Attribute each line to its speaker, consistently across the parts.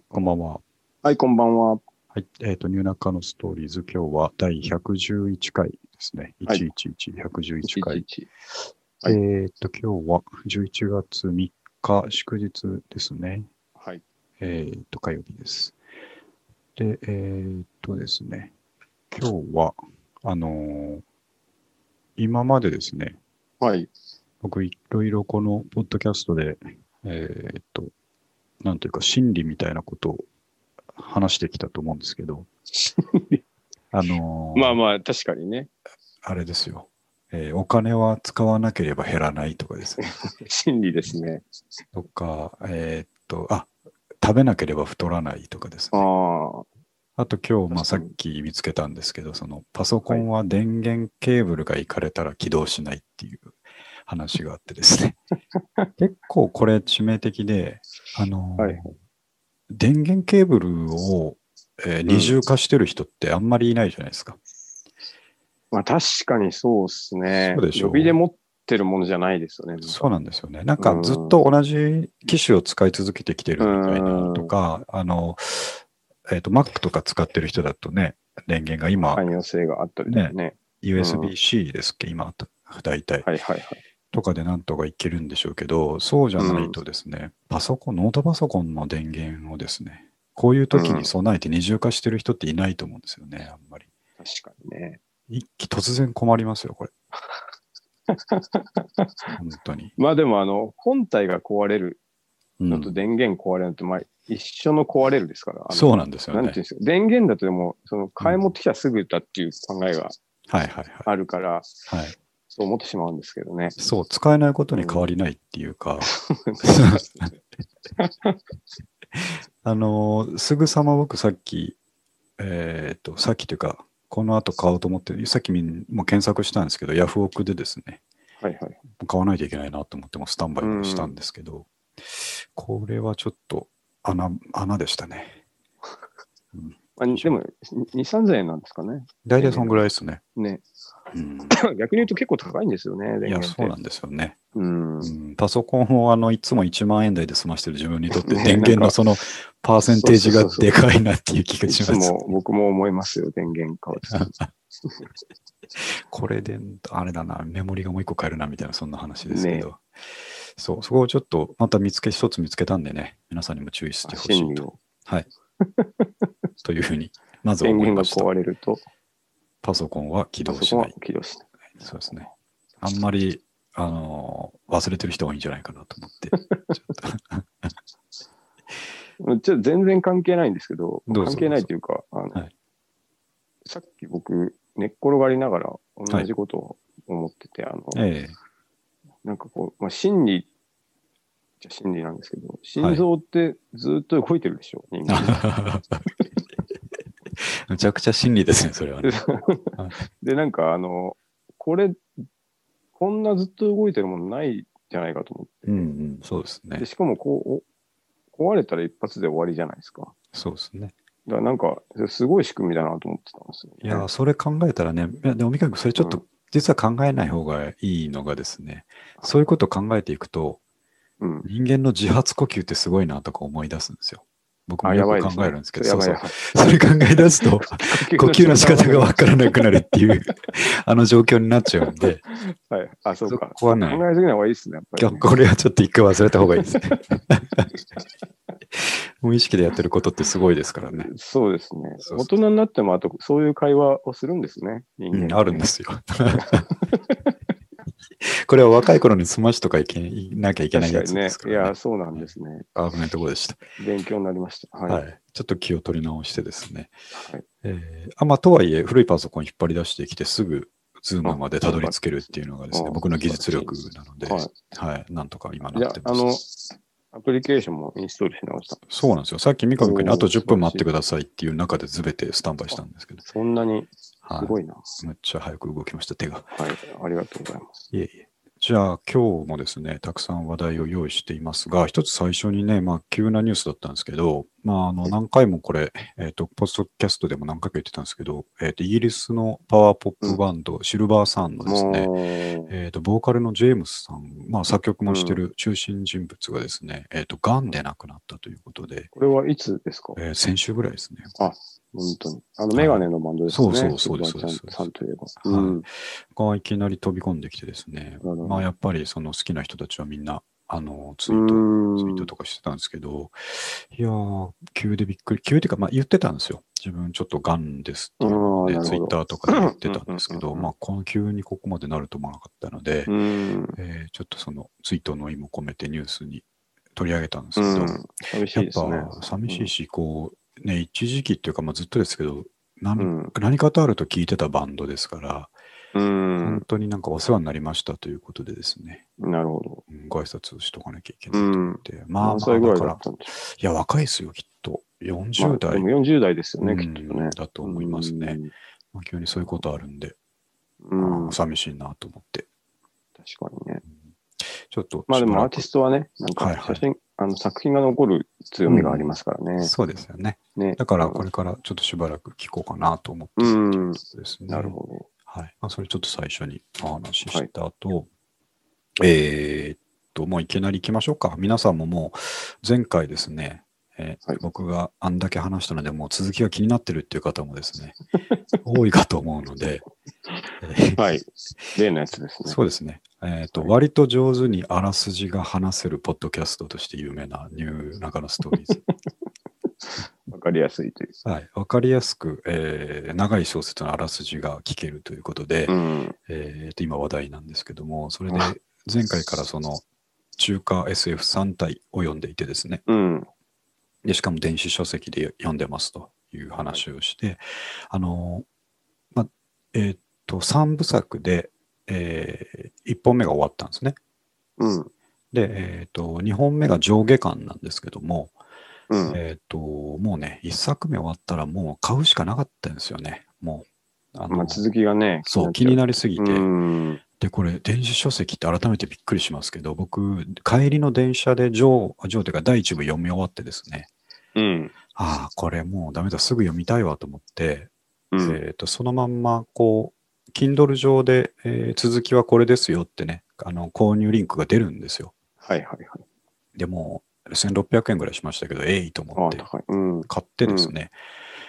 Speaker 1: はい、こんばんは。
Speaker 2: はい。えっ、と、ニューナカのストーリーズ、今日は第111回ですね。
Speaker 1: はい
Speaker 2: 111、111回。
Speaker 3: 111
Speaker 1: はい
Speaker 2: えっ、と、今日は11月3日、祝日ですね。
Speaker 1: はい。
Speaker 2: えっ、と、火曜日です。で、えっ、とですね、今日は、あのー今までですね、
Speaker 1: はい。
Speaker 2: 僕、いろいろこのポッドキャストで、えっ、と、なんというか、心理みたいなことを話してきたと思うんですけ ど、あのー
Speaker 1: まあまあ、確かにね。
Speaker 2: あれですよ、えーお金は使わなければ減らないとかですね、
Speaker 1: 心理ですね。
Speaker 2: とか、えーっと、あ食べなければ太らないとかです
Speaker 1: あ
Speaker 2: ね。
Speaker 1: あ。
Speaker 2: あと今日、まあ、さ
Speaker 1: 確
Speaker 2: っ
Speaker 1: かに
Speaker 2: き見つけたんですけど、そのパソコンは電源ケーブルがいかれたら起動しないっていう話があってです ね。結構これ致命的で、あのー
Speaker 1: はいはい
Speaker 2: 電源ケーブルを、えー二重化してる人ってあんまりいないじゃないですか。
Speaker 1: まあ確かにそうですね。
Speaker 2: そうでしょう
Speaker 1: 予備で持ってるものじゃないですよね。
Speaker 2: そうなんですよね。なんかずっと同じ機種を使い続けてきてるみたいなとか、あの、えっ、と、Mac とか使ってる人だとね、電源が今、
Speaker 1: 汎用性があったりとかね。
Speaker 2: USB-C ですっけ、今、大体。
Speaker 1: はいはいはい。
Speaker 2: とかでなんとかいけるんでしょうけど、そうじゃないとですね、パソコン、ノートパソコンの電源をですね、こういう時に備えて二重化してる人っていないと思うんですよね、あんまり。
Speaker 1: 確かにね。
Speaker 2: 一気突然困りますよ、 これ。本当に。
Speaker 1: まあでも、あの、本体が壊れる
Speaker 2: うん
Speaker 1: のと電源壊れるのと、まあ一緒の壊れるですから。あの
Speaker 2: そうなんですよ
Speaker 1: なん
Speaker 2: ね
Speaker 1: ていうん。ですか。電源だとでも、その、買い持ってきたらすぐだっていう考えが
Speaker 2: はいはいはい。
Speaker 1: あるから、
Speaker 2: はい、
Speaker 1: そう思ってしまうんですけ どね。
Speaker 2: そう、使えないことに変わりないっていうか、あのーすぐさま僕さっき、えっ、と、さっきというか、この後買おうと思って、さっきみんもう検索したんですけど、ヤフオクでですね、
Speaker 1: はいはい。
Speaker 2: 買わないといけないなと思って、もうスタンバイもしたんですけど、これはちょっと穴、穴でしたね。
Speaker 1: まあ、にでも、2、3000円なんですかね。
Speaker 2: 大体そんぐらいですね。
Speaker 1: ね。
Speaker 2: うん、
Speaker 1: 逆に言うと結構高いんですよね、
Speaker 2: い
Speaker 1: 電
Speaker 2: や、
Speaker 1: 源って。
Speaker 2: そうなんですよね。
Speaker 1: うん
Speaker 2: う。ん、パソコンをあのいつも1万円台で済ましてる自分にとって、電源のそのパーセンテージがでかいなっていう気が
Speaker 1: い
Speaker 2: し
Speaker 1: つ
Speaker 2: ます。
Speaker 1: も僕も思いますよ、電源買 うとき。
Speaker 2: これで、あれだな、メモリがもう一個買えるな、みたいな、そんな話ですけど。そう、そこをちょっと、また見つけ、一つ見つけたんでね、皆さんにも注意してほし
Speaker 1: 心
Speaker 2: い
Speaker 1: 理
Speaker 2: と。
Speaker 1: を。
Speaker 2: はい。というふうに、まず
Speaker 1: 電
Speaker 2: 思い
Speaker 1: 源が
Speaker 2: ました
Speaker 1: 壊。れると、
Speaker 2: パソコンは起
Speaker 1: パ
Speaker 2: 動
Speaker 1: ソ
Speaker 2: し
Speaker 1: コン
Speaker 2: な。
Speaker 1: はい起動しない。
Speaker 2: そうですね。あんまり、あのー忘れてる人多いんじゃないかなと思って。 ちょっと
Speaker 1: うんちょっと全然関係ないんですけど、
Speaker 2: どうぞ
Speaker 1: 関係ないというか、あの
Speaker 2: はい
Speaker 1: さっき僕、寝っ転がりながら同じことを思ってて、あの
Speaker 2: ええ
Speaker 1: なんかこう、まあ、心理じゃ心理なんですけど、心臓ってずっと動いてるでしょ、人間
Speaker 2: むちゃくちゃ心理ですね、それはね。
Speaker 1: で、なんかあの、これ、こんなずっと動いてるものないじゃないかと思って。
Speaker 2: うんうん、そうですね
Speaker 1: で。しかもこうお壊れたら一発で終わりじゃないですか。だか
Speaker 2: そうですね。
Speaker 1: らなんか、すごい仕組みだなと思ってたんですよ、ね。
Speaker 2: いやー、それ考えたらね、いやでも、三上君、それちょっと、実は考えない方がいいのがですね、そういうことを考えていくと、
Speaker 1: うん。
Speaker 2: 人間の自発呼吸ってすごいなとか思い出すんですよ。僕も
Speaker 1: あ、や
Speaker 2: よ
Speaker 1: ばい
Speaker 2: く
Speaker 1: です、ね。
Speaker 2: 考えるんですけど、
Speaker 1: や
Speaker 2: そう
Speaker 1: ばい
Speaker 2: そ
Speaker 1: や
Speaker 2: う
Speaker 1: ばい。
Speaker 2: それ考え出すと、呼吸の仕方がわからなくなるって いう、あの状況になっちゃうんで、
Speaker 1: はい。あ、そうか。
Speaker 2: そこはね
Speaker 1: 考えすぎない方がいいですね、やっぱ
Speaker 2: いや
Speaker 1: りね、
Speaker 2: これはちょっと一回忘れた方がいいです ね。無意識でやってることってすごいですからね。
Speaker 1: そうですね。
Speaker 2: そう
Speaker 1: 大人になっても、あと、そういう会話をするんですね、人間、
Speaker 2: うん、あるんで。すよ。 これは若い頃にスマッシュとかいけいなきゃいけない
Speaker 1: 確か
Speaker 2: や
Speaker 1: に
Speaker 2: つ
Speaker 1: ね
Speaker 2: です。か
Speaker 1: い
Speaker 2: ら、
Speaker 1: や、
Speaker 2: ね。
Speaker 1: そうなんですね。
Speaker 2: 危ないところでした、
Speaker 1: 勉強になりました。はい。
Speaker 2: はいちょっと気を取り直してですね。
Speaker 1: はい
Speaker 2: えーあまあ、とはいえ、古いパソコン引っ張り出してきて、すぐズームまでたどり着けるっていうのがですね、
Speaker 1: あ
Speaker 2: 僕の技術力なので、
Speaker 1: は
Speaker 2: はいい、なんとか今
Speaker 1: じ
Speaker 2: な
Speaker 1: ゃ
Speaker 2: って
Speaker 1: あ、あ
Speaker 2: ま
Speaker 1: の
Speaker 2: す。、
Speaker 1: アプリケーションもインストールし直した。
Speaker 2: そうなんですよ。さっき三上君に
Speaker 1: おー
Speaker 2: あと10分待ってくださいっていう中でずべてスタンバイしたんですけど、
Speaker 1: そんなに
Speaker 2: は
Speaker 1: すごいな。
Speaker 2: い、めっちゃ早く動きました、手が。
Speaker 1: はい。ありがとうございます。
Speaker 2: いえいえ。じゃあ今日もですね、たくさん話題を用意していますが、一つ最初にね、まあ急なニュースだったんですけど、まあ、あの、何回もこれ、えっ、と、ポストキャストでも何回か言ってたんですけど、えっ、と、イギリスのパワーポップバンド、シルバーサンのですね、
Speaker 1: もう、
Speaker 2: えー、とボーカルのジェームスさん、まあ、作曲もしてる中心人物がですね、えー、とがんで亡くなったということで、
Speaker 1: これはいつですか
Speaker 2: えー先週ぐらいですね。
Speaker 1: あ、本当に。あの、メガネのバンドですね。
Speaker 2: そうそうそうです
Speaker 1: ルバーちゃんさんといえば。
Speaker 2: うです
Speaker 1: うん。
Speaker 2: がいきなり飛び込んできてですね、
Speaker 1: なるほど
Speaker 2: まあ、やっぱりその好きな人たちはみんなあのツイート、ツイー
Speaker 1: ー
Speaker 2: ト
Speaker 1: ん。
Speaker 2: とかしてたんですけど、いやー、急でびっくり、急っていうか、まあ、言ってたんですよ。自分ちょっとがんですっていうの
Speaker 1: あー
Speaker 2: で、
Speaker 1: なる
Speaker 2: ツイ
Speaker 1: ほ
Speaker 2: ッ
Speaker 1: ど
Speaker 2: ターとかで言ってたんですけ
Speaker 1: うんうん
Speaker 2: ど、
Speaker 1: うんうん
Speaker 2: まあ、この急にここまでなると思わなかったので、
Speaker 1: うん。
Speaker 2: えーちょっとそのツイートの意も込めてニュースに取り上げたんです
Speaker 1: う
Speaker 2: けど、
Speaker 1: ん。寂し
Speaker 2: や
Speaker 1: い
Speaker 2: っ
Speaker 1: ですね
Speaker 2: ぱ。寂しいし、こう、ね、一時期っていうか、まあ、ずっとですけど、何,、
Speaker 1: うん
Speaker 2: 何かとあると聞いてたバンドですから、
Speaker 1: うん。
Speaker 2: 本当になんかお世話になりましたということでですね、
Speaker 1: なるほど。
Speaker 2: うんご挨拶をしとかなきゃいけな
Speaker 1: う
Speaker 2: いと
Speaker 1: ん。
Speaker 2: 思って、まあ、ま
Speaker 1: 何
Speaker 2: あ、
Speaker 1: 歳ぐら
Speaker 2: だ
Speaker 1: い
Speaker 2: か
Speaker 1: だっ
Speaker 2: ら、
Speaker 1: たんでし
Speaker 2: いや、若いですよ、きっと。
Speaker 1: ょう
Speaker 2: 40
Speaker 1: まあ
Speaker 2: 代、
Speaker 1: でも40代ですよね、
Speaker 2: うん
Speaker 1: きっとね。
Speaker 2: だと思いますね。まあ、急にそういうことあるんで、
Speaker 1: うん。う
Speaker 2: あ
Speaker 1: ん
Speaker 2: ー
Speaker 1: 確
Speaker 2: 寂しいなと思って、
Speaker 1: かにね。
Speaker 2: ちょっと、
Speaker 1: まあでも
Speaker 2: しば
Speaker 1: アー
Speaker 2: らく
Speaker 1: ティストはね、なん
Speaker 2: はい
Speaker 1: か
Speaker 2: はい
Speaker 1: 写真、あの作品が残る強みがありますからね。
Speaker 2: そうですよね。
Speaker 1: ね。
Speaker 2: だから、これからちょっとしばらく聞こうかなと思って、
Speaker 1: うん。
Speaker 2: ですね。
Speaker 1: なるほ
Speaker 2: はい。まあ、それちょっと最初にお話しした後、えーっと、もういきなり行きましょうか。皆さんももう前回ですね、えー
Speaker 1: はい
Speaker 2: 僕があんだけ話したので、もう続きが気になってるっていう方もですね、 多いかと思うので、えー
Speaker 1: ど。はい。例のやつですね。
Speaker 2: そうですね。えーっと、
Speaker 1: はい
Speaker 2: 割と上手にあらすじが話せるポッドキャストとして有名なニュー中野ストーリーズ。
Speaker 1: わかりやすいという。
Speaker 2: はい。わかりやすく、えー長い小説のあらすじが聞けるということで、
Speaker 1: うん。
Speaker 2: えーと今話題なんですけども、それで
Speaker 1: うん
Speaker 2: 前回からその中華 SF3 体を読んでいてですね、
Speaker 1: うん。
Speaker 2: でしかも電子書籍で読んでますという話をして、あのー、まあ、えーっと、3部作で、え1本目が終わったんですね。
Speaker 1: うん。
Speaker 2: で、えーっと、2本目が上下巻なんですけども、
Speaker 1: うん。
Speaker 2: えーっと、もうね、1作目終わったらもう買うしかなかったんですよね、もう。あの
Speaker 1: まあ続きがね、
Speaker 2: そう、気に
Speaker 1: っ
Speaker 2: なりすぎ
Speaker 1: ちゃ
Speaker 2: て、
Speaker 1: ううん。
Speaker 2: で、これ、電子書籍って改めてびっくりしますけど、僕、帰りの電車で上、上というか第一部読み終わってですね、
Speaker 1: うん。
Speaker 2: ああ、これもうダメだ、すぐ読みたいわと思って、
Speaker 1: うん。
Speaker 2: えっと、そのまんま、こう、Kindle 上で、えー続きはこれですよってね、あの、購入リンクが出るんですよ。
Speaker 1: はいはいはい。
Speaker 2: でもう、1600円ぐらいしましたけど、えいと
Speaker 1: あ
Speaker 2: 思
Speaker 1: あ、
Speaker 2: って
Speaker 1: 高い。うん。
Speaker 2: 買ってですね、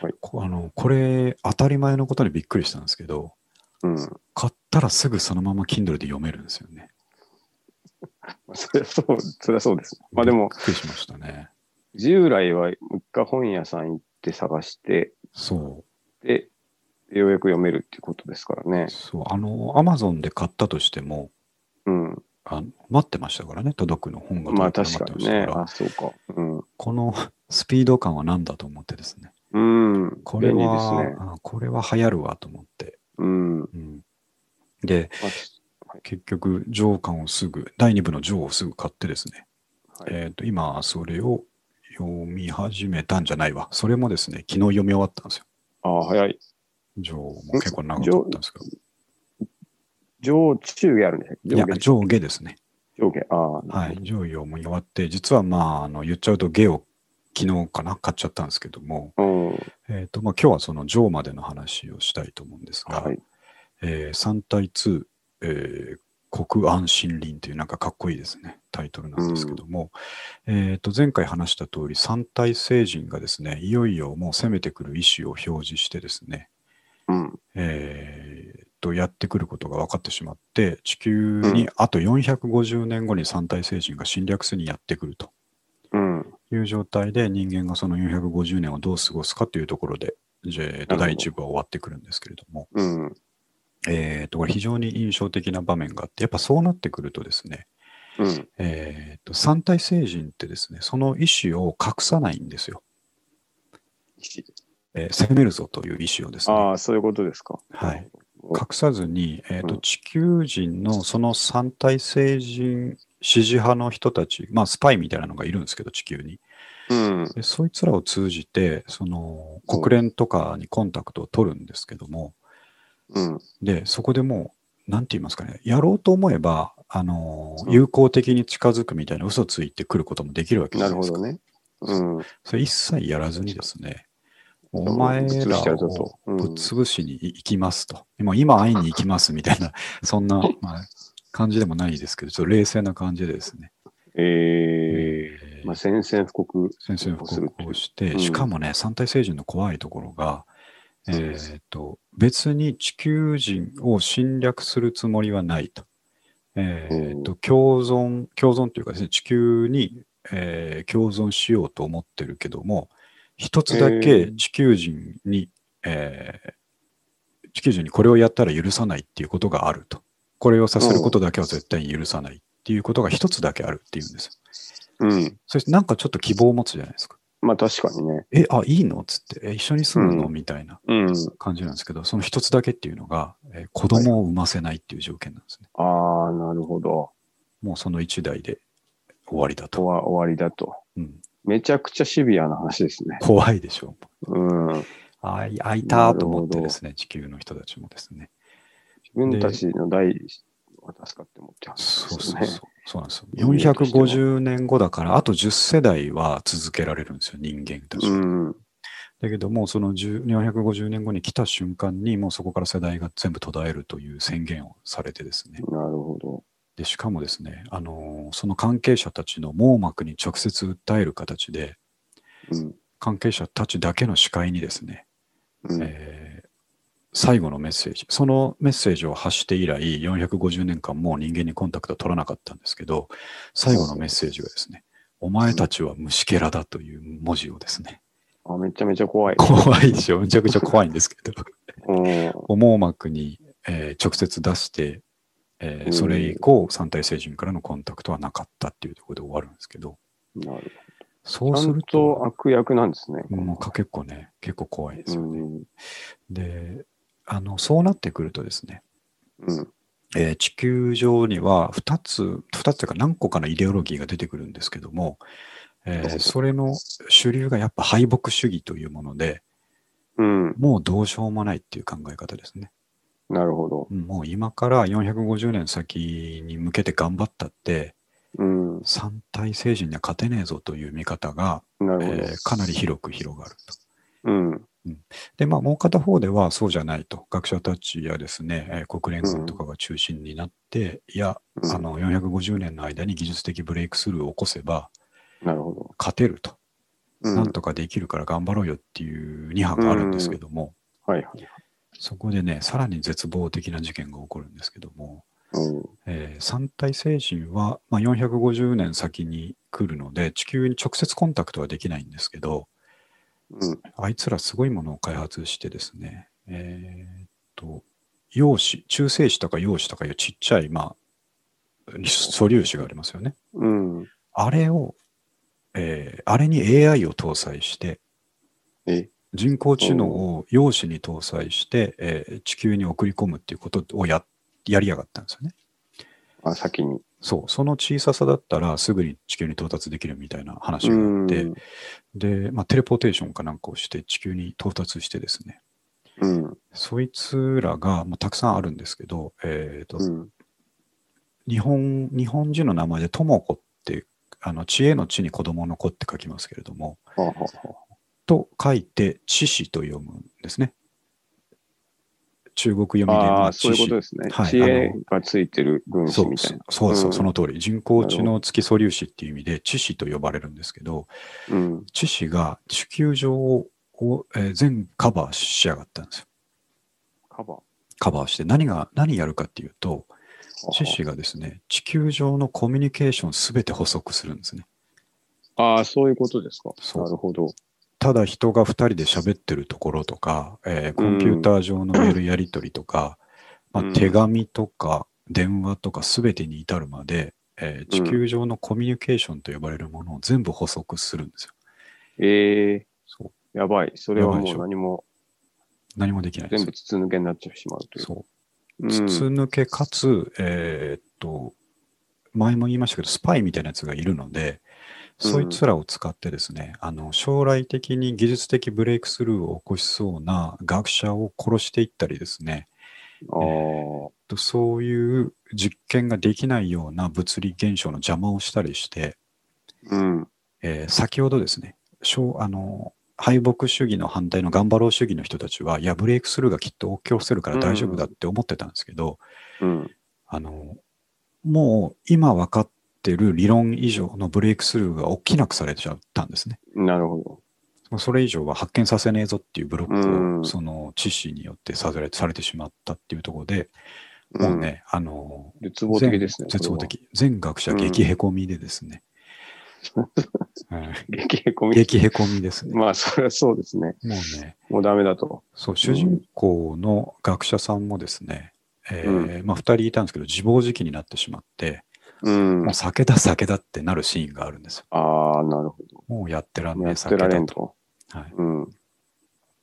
Speaker 1: うんはい
Speaker 2: こあの、これ、当たり前のことにびっくりしたんですけど、
Speaker 1: うん。
Speaker 2: 買ったらすぐそのまま Kindle で読めるんですよね。
Speaker 1: まあそりゃそう、そりゃそうです。まあでも、
Speaker 2: びっくりしましたね。
Speaker 1: 従来はもう一回本屋さん行って探して、
Speaker 2: そう。
Speaker 1: で、ようやく読めるっていうことですからね。
Speaker 2: そう、あの、アマゾンで買ったとしても、
Speaker 1: うん。
Speaker 2: あ待ってましたからね、届くの、本が
Speaker 1: まあ
Speaker 2: 届く
Speaker 1: 確
Speaker 2: の
Speaker 1: か
Speaker 2: 待ってま
Speaker 1: に
Speaker 2: した
Speaker 1: ね。
Speaker 2: から、
Speaker 1: あ、そうか。うん。
Speaker 2: このスピード感は何だと思ってですね、
Speaker 1: うん。
Speaker 2: これ
Speaker 1: 便利です
Speaker 2: は、
Speaker 1: ね。
Speaker 2: あこれは流行るわと思って、
Speaker 1: うん。ま
Speaker 2: うんで、
Speaker 1: あ
Speaker 2: 結局、上巻をすぐ、第2部の上をすぐ買ってですね、
Speaker 1: はい
Speaker 2: えっ、と、今、それを読み始めたんじゃないわ。それもですね、昨日読み終わったんですよ。
Speaker 1: ああ、早い。
Speaker 2: 上も結構長かったんですけど。
Speaker 1: 上、中下あるんで
Speaker 2: い
Speaker 1: した
Speaker 2: や
Speaker 1: っけ、
Speaker 2: 上下ですね。
Speaker 1: 上下。上下。ああ。
Speaker 2: はい、上位をもう弱って、実はまあ、あの言っちゃうと、ゲを昨日かな、買っちゃったんですけども、
Speaker 1: うん。
Speaker 2: えっ、と、まあ、今日はその上までの話をしたいと思うんですが、
Speaker 1: はい。
Speaker 2: えー3対2、えー国安森林というなんかかっこいいですね、タイトルなんですけども、えっ、と、前回話した通り、三体星人がですね、いよいよもう攻めてくる意思を表示してですね、
Speaker 1: うん。
Speaker 2: えーっとやってくることが分かってしまって地球にあと450年後に三体星人が侵略性にやってくると
Speaker 1: うん。
Speaker 2: いう状態で人間がその450年をどう過ごすかというところで、じゃあえーっと
Speaker 1: なるほど
Speaker 2: 第1部は終わってくるんですけれども、
Speaker 1: うん。
Speaker 2: えーっとこれ非常に印象的な場面があってやっぱそうなってくるとですね、
Speaker 1: うん。
Speaker 2: えーっと三体星人ってですねその意思を隠さないんですよ、えー攻めるぞという意思をですね
Speaker 1: ああ、そういうことですか。
Speaker 2: はい。隠さずに、えーと
Speaker 1: うん
Speaker 2: 地球人のその三体星人支持派の人たち、まあ、スパイみたいなのがいるんですけど、地球に。
Speaker 1: うん。
Speaker 2: でそいつらを通じて、その国連とかにコンタクトを取るんですけども、
Speaker 1: うん。
Speaker 2: でそこでもう、なんて言いますかね、やろうと思えば、あのー
Speaker 1: うん
Speaker 2: 友好的に近づくみたいな嘘ついてくることもできるわけじ
Speaker 1: な
Speaker 2: ゃな
Speaker 1: る
Speaker 2: いです
Speaker 1: ほ
Speaker 2: か。
Speaker 1: どね。うん。うん
Speaker 2: それ一切やらずにですね、
Speaker 1: ん
Speaker 2: お前
Speaker 1: ぶっ潰して
Speaker 2: ら
Speaker 1: やるぞ
Speaker 2: を
Speaker 1: とうん
Speaker 2: ぶっ潰しに行きますと。今今会いに行きますみたいな、そんな、まあ感じでもないですけど、ちょっと冷静な感じでですね。
Speaker 1: ええまあ、宣戦布告。
Speaker 2: 先生を
Speaker 1: するっ
Speaker 2: こ
Speaker 1: ていうう
Speaker 2: して、
Speaker 1: うん
Speaker 2: しかもね、三体星人の怖いところが、え
Speaker 1: そうです
Speaker 2: ーと別に地球人を侵略するつもりはないと。えーと共存、共存というかですね、地球に、えー共存しようと思ってるけども、一つだ
Speaker 1: え
Speaker 2: け地球人に、えー地球人にこれをやったら許さないっていうことがあると。これをさせることだけは絶対に許さないっていうことが一つだけあるっていうんですよ。
Speaker 1: うん。
Speaker 2: そしてなんかちょっと希望を持つじゃないですか。
Speaker 1: まあ、確かにね。
Speaker 2: え、あ、いいのっつって、え、一緒に住むの
Speaker 1: うん
Speaker 2: みたいな
Speaker 1: うん。
Speaker 2: 感じなんですけど、その一つだけっていうのが、えー子供を産ませないっていう条件なんですね。
Speaker 1: ああ、なるほど。
Speaker 2: もうその一代で終わりだ
Speaker 1: と
Speaker 2: と。
Speaker 1: は終わりだと。
Speaker 2: うん、
Speaker 1: めちゃくちゃシビアな話ですね。
Speaker 2: 怖いでしょう。
Speaker 1: うん。自
Speaker 2: あい、開いた
Speaker 1: なる
Speaker 2: と
Speaker 1: ほど
Speaker 2: 思ってですね、地球の人たちもですね。
Speaker 1: 分たちの代は助かってもって話
Speaker 2: そう
Speaker 1: です
Speaker 2: そ
Speaker 1: よ
Speaker 2: う
Speaker 1: ね。
Speaker 2: そう。そうなんですよ。
Speaker 1: 人間としては
Speaker 2: 450年後だから、あと10世代は続けられるんですよ、人間たち。
Speaker 1: うん。
Speaker 2: だけども、その10 450年後に来た瞬間に、もうそこから世代が全部途絶えるという宣言をされてですね。
Speaker 1: なるほど。
Speaker 2: で、しかもですね、あのーその関係者たちの網膜に直接訴える形で、
Speaker 1: うん。
Speaker 2: 関係者たちだけの視界にですね、
Speaker 1: うん。
Speaker 2: えー最後のメッセージ、そのメッセージを発して以来、450年間もう人間にコンタクトは取らなかったんですけど、最後のメッセージがですね、お前たちは虫けらだという文字をですね、
Speaker 1: あ、めちゃめちゃ怖い。
Speaker 2: 怖いでしょ、めちゃくちゃ怖いんですけど、
Speaker 1: うん。
Speaker 2: を網膜に、えー直接出して、えー
Speaker 1: うん
Speaker 2: それ以降、三体星人からのコンタクトはなかったっていうところで終わるんですけど、
Speaker 1: なる
Speaker 2: そう
Speaker 1: ほど。
Speaker 2: す
Speaker 1: ちゃ
Speaker 2: る
Speaker 1: ん
Speaker 2: と
Speaker 1: と、悪役なんですね。
Speaker 2: もうか結構ね、結構怖いです
Speaker 1: う
Speaker 2: よね。
Speaker 1: ん。
Speaker 2: であの、そうなってくるとですね、
Speaker 1: うん。
Speaker 2: えー地球上には2つ、2つというか何個かのイデオロギーが出てくるんですけども、えー
Speaker 1: そう
Speaker 2: それの主流がやっぱ敗北主義というもので、
Speaker 1: うん。
Speaker 2: もうどうしようもないっていう考え方ですね。
Speaker 1: なるほど。
Speaker 2: うんもう今から450年先に向けて頑張ったって、
Speaker 1: うん。
Speaker 2: 三体星人には勝てねえぞという見方が、
Speaker 1: な
Speaker 2: え
Speaker 1: るほど。
Speaker 2: ーかなり広く広がると。
Speaker 1: うん。
Speaker 2: で、まあ、もう片方ではそうじゃないと。学者たちやですね、えー国連軍とかが中心になって、いや、
Speaker 1: うん
Speaker 2: あの、450年の間に技術的ブレイクスルーを起こせば、
Speaker 1: なるほど。
Speaker 2: 勝てると。
Speaker 1: うん
Speaker 2: なんとかできるから頑張ろうよっていう2派があるんですけども、
Speaker 1: はいはい。
Speaker 2: そこでね、さらに絶望的な事件が起こるんですけども、
Speaker 1: うん。
Speaker 2: えー三体星人は、まあ、450年先に来るので、地球に直接コンタクトはできないんですけど、
Speaker 1: うん。
Speaker 2: あいつらすごいものを開発してですね、えーっと、陽子、中性子とか陽子とかいうちっちゃい、まあ、素粒子がありますよね。
Speaker 1: うん。
Speaker 2: あれを、えーあれに AI を搭載して、
Speaker 1: え、
Speaker 2: 人工知能を陽子に搭載して、えー地球に送り込むっていうことをややりやがったんですよね。
Speaker 1: あ、先に。
Speaker 2: そう、その小ささだったらすぐに地球に到達できるみたいな話
Speaker 1: う
Speaker 2: があって、
Speaker 1: ん。
Speaker 2: で、まあ、テレポーテーションかなんかをして地球に到達してですね、
Speaker 1: うん。
Speaker 2: そいつらが、まあ、たくさんあるんですけど、えーと
Speaker 1: うん。
Speaker 2: 日本日本人の名前でとも子ってあの知恵の知に子供の子って書きますけれども、
Speaker 1: はあはあはあ
Speaker 2: と書いて知子と読むんですね。中国読みで
Speaker 1: あ
Speaker 2: ま
Speaker 1: あ、
Speaker 2: あ知
Speaker 1: そういうことですね。
Speaker 2: はい
Speaker 1: 知恵
Speaker 2: あの
Speaker 1: がついてる分
Speaker 2: そ
Speaker 1: 子
Speaker 2: う
Speaker 1: みた
Speaker 2: そ
Speaker 1: いな。
Speaker 2: そうそう
Speaker 1: うん
Speaker 2: その通り。人工知能付き素粒子っていう意味で、知子と呼ばれるんですけど、
Speaker 1: うん。
Speaker 2: 知子が地球上を、えー全カバーしやがったんですよ。
Speaker 1: カバー。
Speaker 2: カバーして、何が、何やるかっていうと、知子がですね、地球上のコミュニケーションすべて補足するんですね。
Speaker 1: ああ、そういうことですか。
Speaker 2: そう
Speaker 1: なるほど。
Speaker 2: ただ人が2人で喋ってるところとか、えーコンピューター上のメールやり取りとか、
Speaker 1: うん
Speaker 2: まあ、
Speaker 1: うん
Speaker 2: 手紙とか電話とか全てに至るまで、えー地球上のコミュニケーションと呼ばれるものを全部補足するんですよ。
Speaker 1: ええ
Speaker 2: そう
Speaker 1: やばい。それは
Speaker 2: やばいでし
Speaker 1: もう
Speaker 2: ょ
Speaker 1: 何も、
Speaker 2: 何もできないんで
Speaker 1: 全
Speaker 2: す
Speaker 1: 部
Speaker 2: よ。
Speaker 1: 筒抜けになっちゃしまうという。
Speaker 2: そうう筒
Speaker 1: ん。
Speaker 2: 抜けかつ、えーっと前も言いましたけどスパイみたいなやつがいるのでそいつらを使ってですね、あの将来的に技術的ブレイクスルーを起こしそうな学者を殺していったりですね、
Speaker 1: ああ、
Speaker 2: とそういう実験ができないような物理現象の邪魔をしたりして、
Speaker 1: うん。
Speaker 2: えー先ほどですね、小あの敗北主義の反対の頑張ろう主義の人たちは、いや、ブレイクスルーがきっと起きせるから大丈夫だって思ってたんですけど、
Speaker 1: うん。
Speaker 2: あのもう今分かってる理論以上のブレイクスルーが起きなくされちゃったんですね。
Speaker 1: なるほ
Speaker 2: もうそれ以上は発見させねえぞっていうブロック
Speaker 1: う
Speaker 2: を、
Speaker 1: ん
Speaker 2: その知識によってされされてしまったっていうところで、
Speaker 1: ど。
Speaker 2: もうね、あの、
Speaker 1: うん。絶望的ですね。
Speaker 2: 全絶望
Speaker 1: こ
Speaker 2: 的。全学者激へこみでですね。うん
Speaker 1: れは。激へこみ。
Speaker 2: 激へこみですね。も
Speaker 1: まあ、それはそうですね。
Speaker 2: うね、
Speaker 1: もうダメだと。
Speaker 2: そう、主人公の学者さんもですね、えーまあ、2人いたんですけど、自暴自棄になってしまって、
Speaker 1: うん
Speaker 2: もう。酒だ、酒だってなるシーンがあるんですよ。
Speaker 1: ああ、なるほ
Speaker 2: もうやってらん
Speaker 1: ど。
Speaker 2: ね
Speaker 1: や
Speaker 2: え、
Speaker 1: っ
Speaker 2: 酒
Speaker 1: てられ
Speaker 2: だ
Speaker 1: ん
Speaker 2: と。
Speaker 1: と。
Speaker 2: はい、
Speaker 1: うん。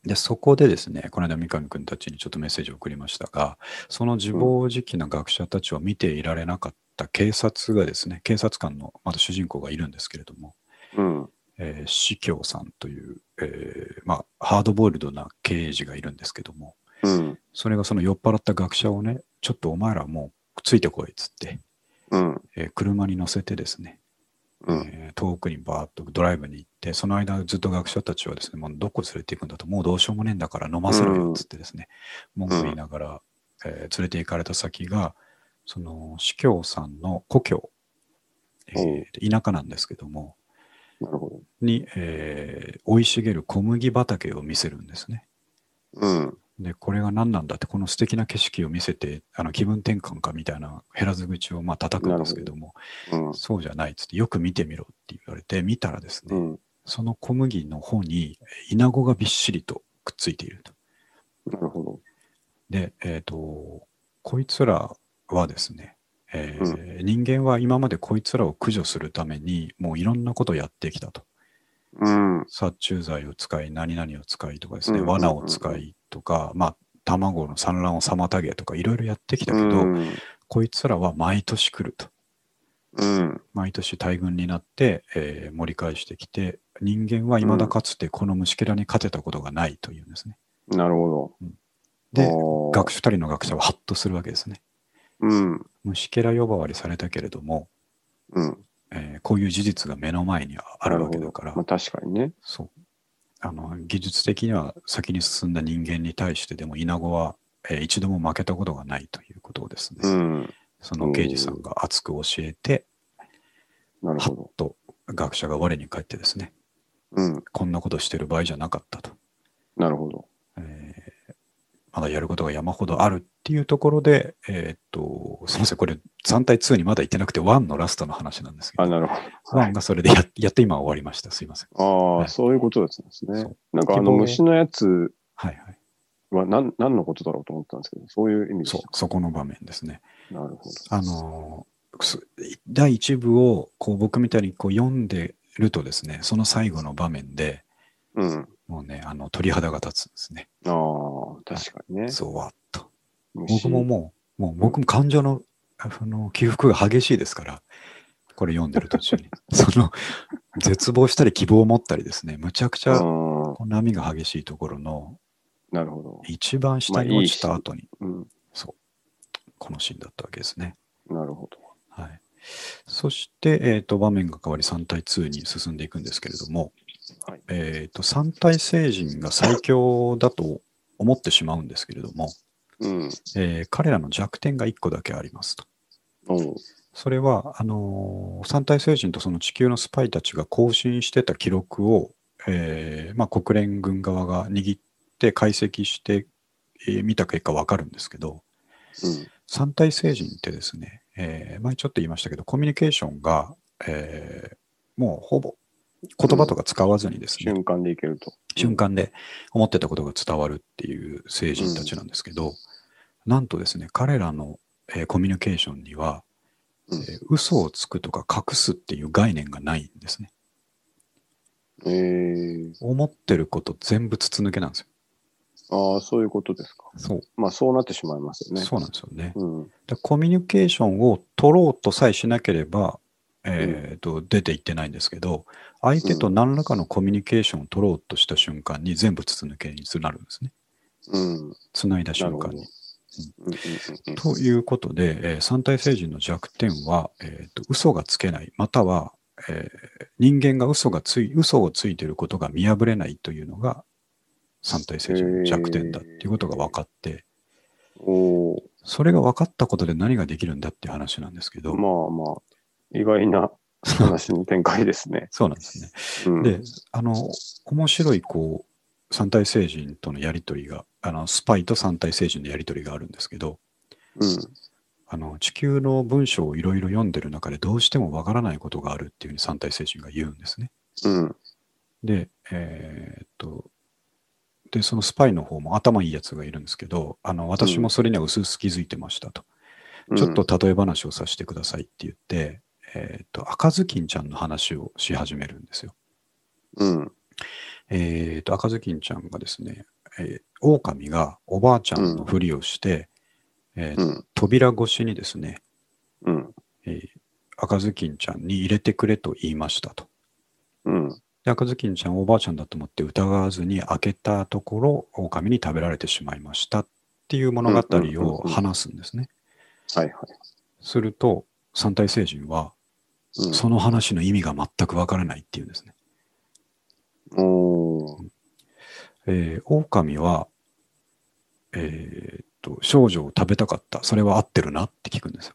Speaker 2: で、そこでですね、この間三上君たちにちょっとメッセージを送りましたが、その自暴自棄な学者たちを見ていられなかった警察がですね、警察官の、まだ主人公がいるんですけれども、
Speaker 1: うん。
Speaker 2: えー、司教さんという、えーまあ、ハードボイルドな刑事がいるんですけども、
Speaker 1: うん。
Speaker 2: それがその酔っ払った学者をね、ちょっとお前らもうついてこいっつって、
Speaker 1: うん。
Speaker 2: えー車に乗せてですね、
Speaker 1: うん。
Speaker 2: えー遠くにバーッとドライブに行って、その間ずっと学者たちはですね、もうどこ連れて行くんだと、もうどうしようもねえんだから飲ませろよっつってですね、文句言いながら、えー連れて行かれた先が、その司教さんの故郷、えー田舎なんですけども、
Speaker 1: なるほど。
Speaker 2: に、えー生い茂る小麦畑を見せるんですね。
Speaker 1: うん。
Speaker 2: で、これが何なんだって、この素敵な景色を見せて、あの気分転換かみたいな減らず口をまあ叩くんですけども、
Speaker 1: うん。
Speaker 2: そうじゃないっつって、よく見てみろって言われて、見たらですね、
Speaker 1: うん。
Speaker 2: その小麦の方にえーイナゴがびっしりとくっついていると。
Speaker 1: なるほど。
Speaker 2: で、えっ、と、こいつらはですね、えー人間は今までこいつらを駆除するために、もういろんなことをやってきたと。
Speaker 1: うん。
Speaker 2: 殺虫剤を使い、何々を使いとかですね、
Speaker 1: うんうんうん
Speaker 2: 罠を使いとか、まあ、卵の産卵を妨げとかいろいろやってきたけど、
Speaker 1: うん。
Speaker 2: こいつらは毎年来ると。
Speaker 1: うん。
Speaker 2: 毎年大群になって、えー盛り返してきて、人間は未だかつてこの虫けらに勝てたことがないというんですね。
Speaker 1: なるほど。
Speaker 2: で、
Speaker 1: おー
Speaker 2: 学者2人の学者はハッとするわけですね。
Speaker 1: うん。
Speaker 2: 虫けら呼ばわりされたけれども、
Speaker 1: うん。
Speaker 2: えーこういう事実が目の前にあるわけだから、
Speaker 1: なるほどまあ、確かにね。
Speaker 2: そうあの技術的には先に進んだ人間に対してでもイナゴは、えー一度も負けたことがないということをですね、
Speaker 1: うん。
Speaker 2: その刑事さんが熱く教えて、
Speaker 1: なる
Speaker 2: は
Speaker 1: ほ
Speaker 2: っと
Speaker 1: ど。
Speaker 2: 学者が我に返ってですね、
Speaker 1: うん。
Speaker 2: こんなことしてる場合じゃなかったと。
Speaker 1: なるほど。
Speaker 2: えーまだやることが山ほどあるっていうところで、えーっと、すみません、これ3対2にまだ行ってなくて、1のラストの話なんですけ
Speaker 1: あ、
Speaker 2: ど、
Speaker 1: なるほ
Speaker 2: 1がそれでや やって今終わりました。すいません。
Speaker 1: ど。ああ、
Speaker 2: はい
Speaker 1: そういうことだったんですね
Speaker 2: そう。
Speaker 1: なんかあ
Speaker 2: 希
Speaker 1: の
Speaker 2: 望
Speaker 1: 虫のやつ
Speaker 2: はいはい。
Speaker 1: は何何のことだろうと思ったんですけど、そういう意味でし
Speaker 2: そう、そこの場面ですね。
Speaker 1: た。なるほど。
Speaker 2: あのーす第1部をこう僕みたいにこう読んでるとですね、その最後の場面で
Speaker 1: うん。
Speaker 2: もうね、あの鳥肌が立つんですね。
Speaker 1: ああ、確かにね。
Speaker 2: そうわっと。
Speaker 1: 虫
Speaker 2: 僕ももう、もう僕も感情のあの起伏が激しいですから、これ読んでる途中に。その絶望したり希望を持ったりですね、むちゃくちゃ
Speaker 1: あ
Speaker 2: こう波が激しいところの
Speaker 1: あ、なるほど。
Speaker 2: 一番下に
Speaker 1: まあい
Speaker 2: 落
Speaker 1: い
Speaker 2: ちた後に、
Speaker 1: うん。
Speaker 2: このシーンだったわけですね。
Speaker 1: なるほど。
Speaker 2: はい、そして、えーと、場面が変わり3対2に進んでいくんですけれども、
Speaker 1: はい
Speaker 2: えー、と3対星人が最強だと思ってしまうんですけれども、
Speaker 1: うん。
Speaker 2: えー彼らの弱点が1個だけありますと。
Speaker 1: おう
Speaker 2: それはあのー三体星人とその地球のスパイたちが更新してた記録を、えーまあ、国連軍側が握って解析してみ、えー見た結果わかるんですけど三体星人ってですね、えー前ちょっと言いましたけどコミュニケーションが、えーもうほぼ言葉とか使わずにですね、
Speaker 1: 瞬間でいけると。
Speaker 2: 瞬間で思ってたことが伝わるっていう星人たちなんですけど、なんとですね彼らの、えーコミュニケーションには
Speaker 1: うん
Speaker 2: えー嘘をつくとか隠すっていう概念がないんですね。
Speaker 1: ええ
Speaker 2: 思ってること全部筒抜けなんですよ。
Speaker 1: ああ、そういうことですか。
Speaker 2: そう。
Speaker 1: まあ、そうなってしまいますよね。
Speaker 2: そうなんですよね。
Speaker 1: うん。
Speaker 2: だコミュニケーションを取ろうとさえしなければ、えーと出ていってないんですけど、相手と何らかのコミュニケーションを取ろうとした瞬間に全部筒抜けになるんですね。
Speaker 1: うん。
Speaker 2: 繋いだ
Speaker 1: なる
Speaker 2: 瞬
Speaker 1: ほ
Speaker 2: 間
Speaker 1: ど。うん
Speaker 2: に。
Speaker 1: うんうん
Speaker 2: ということで、えー三体星人の弱点は、えーと嘘がつけない、または、えー人間が嘘がつい、嘘をついていることが見破れないというのが三体聖人の弱点だっていうことが分かって、
Speaker 1: おー
Speaker 2: それが分かったことで何ができるんだっていう話なんですけど、。
Speaker 1: まあまあ、意外な話の展開ですね
Speaker 2: そうなんですね。
Speaker 1: うん、
Speaker 2: で、あの、面白い、こう、三体星人とのやりとりが、あの、スパイと三体星人のやりとりがあるんですけど、
Speaker 1: うん、
Speaker 2: あの、地球の文章をいろいろ読んでる中でどうしてもわからないことがあるっていうふうに三体星人が言うんですね。
Speaker 1: うん、
Speaker 2: で、えーっと、で、そのスパイの方も頭いいやつがいるんですけど、あの、私もそれには薄々気づいてましたと。ちょっと例え話をさせてくださいって言って、えーっと、赤ずきんちゃんの話をし始めるんですよ。
Speaker 1: うん、
Speaker 2: えー、と赤ずきんちゃんがですね、えー、狼がおばあちゃんのふりをして、えー
Speaker 1: うん、
Speaker 2: 扉越しにですね、
Speaker 1: うん、
Speaker 2: えー赤ずきんちゃんに入れてくれと言いましたと。
Speaker 1: うん、
Speaker 2: で赤ずきんちゃんをおばあちゃんだと思って疑わずに開けたところ、狼に食べられてしまいましたっていう物語
Speaker 1: うんうんうん
Speaker 2: を
Speaker 1: うん
Speaker 2: 話すんですね。
Speaker 1: はいはい。
Speaker 2: すると、三体星人は、
Speaker 1: うん、
Speaker 2: その話の意味が全くわからないっていうんですね。
Speaker 1: おー
Speaker 2: えー、狼は、えーっと、少女を食べたかった。それは合ってるなって聞くんですよ。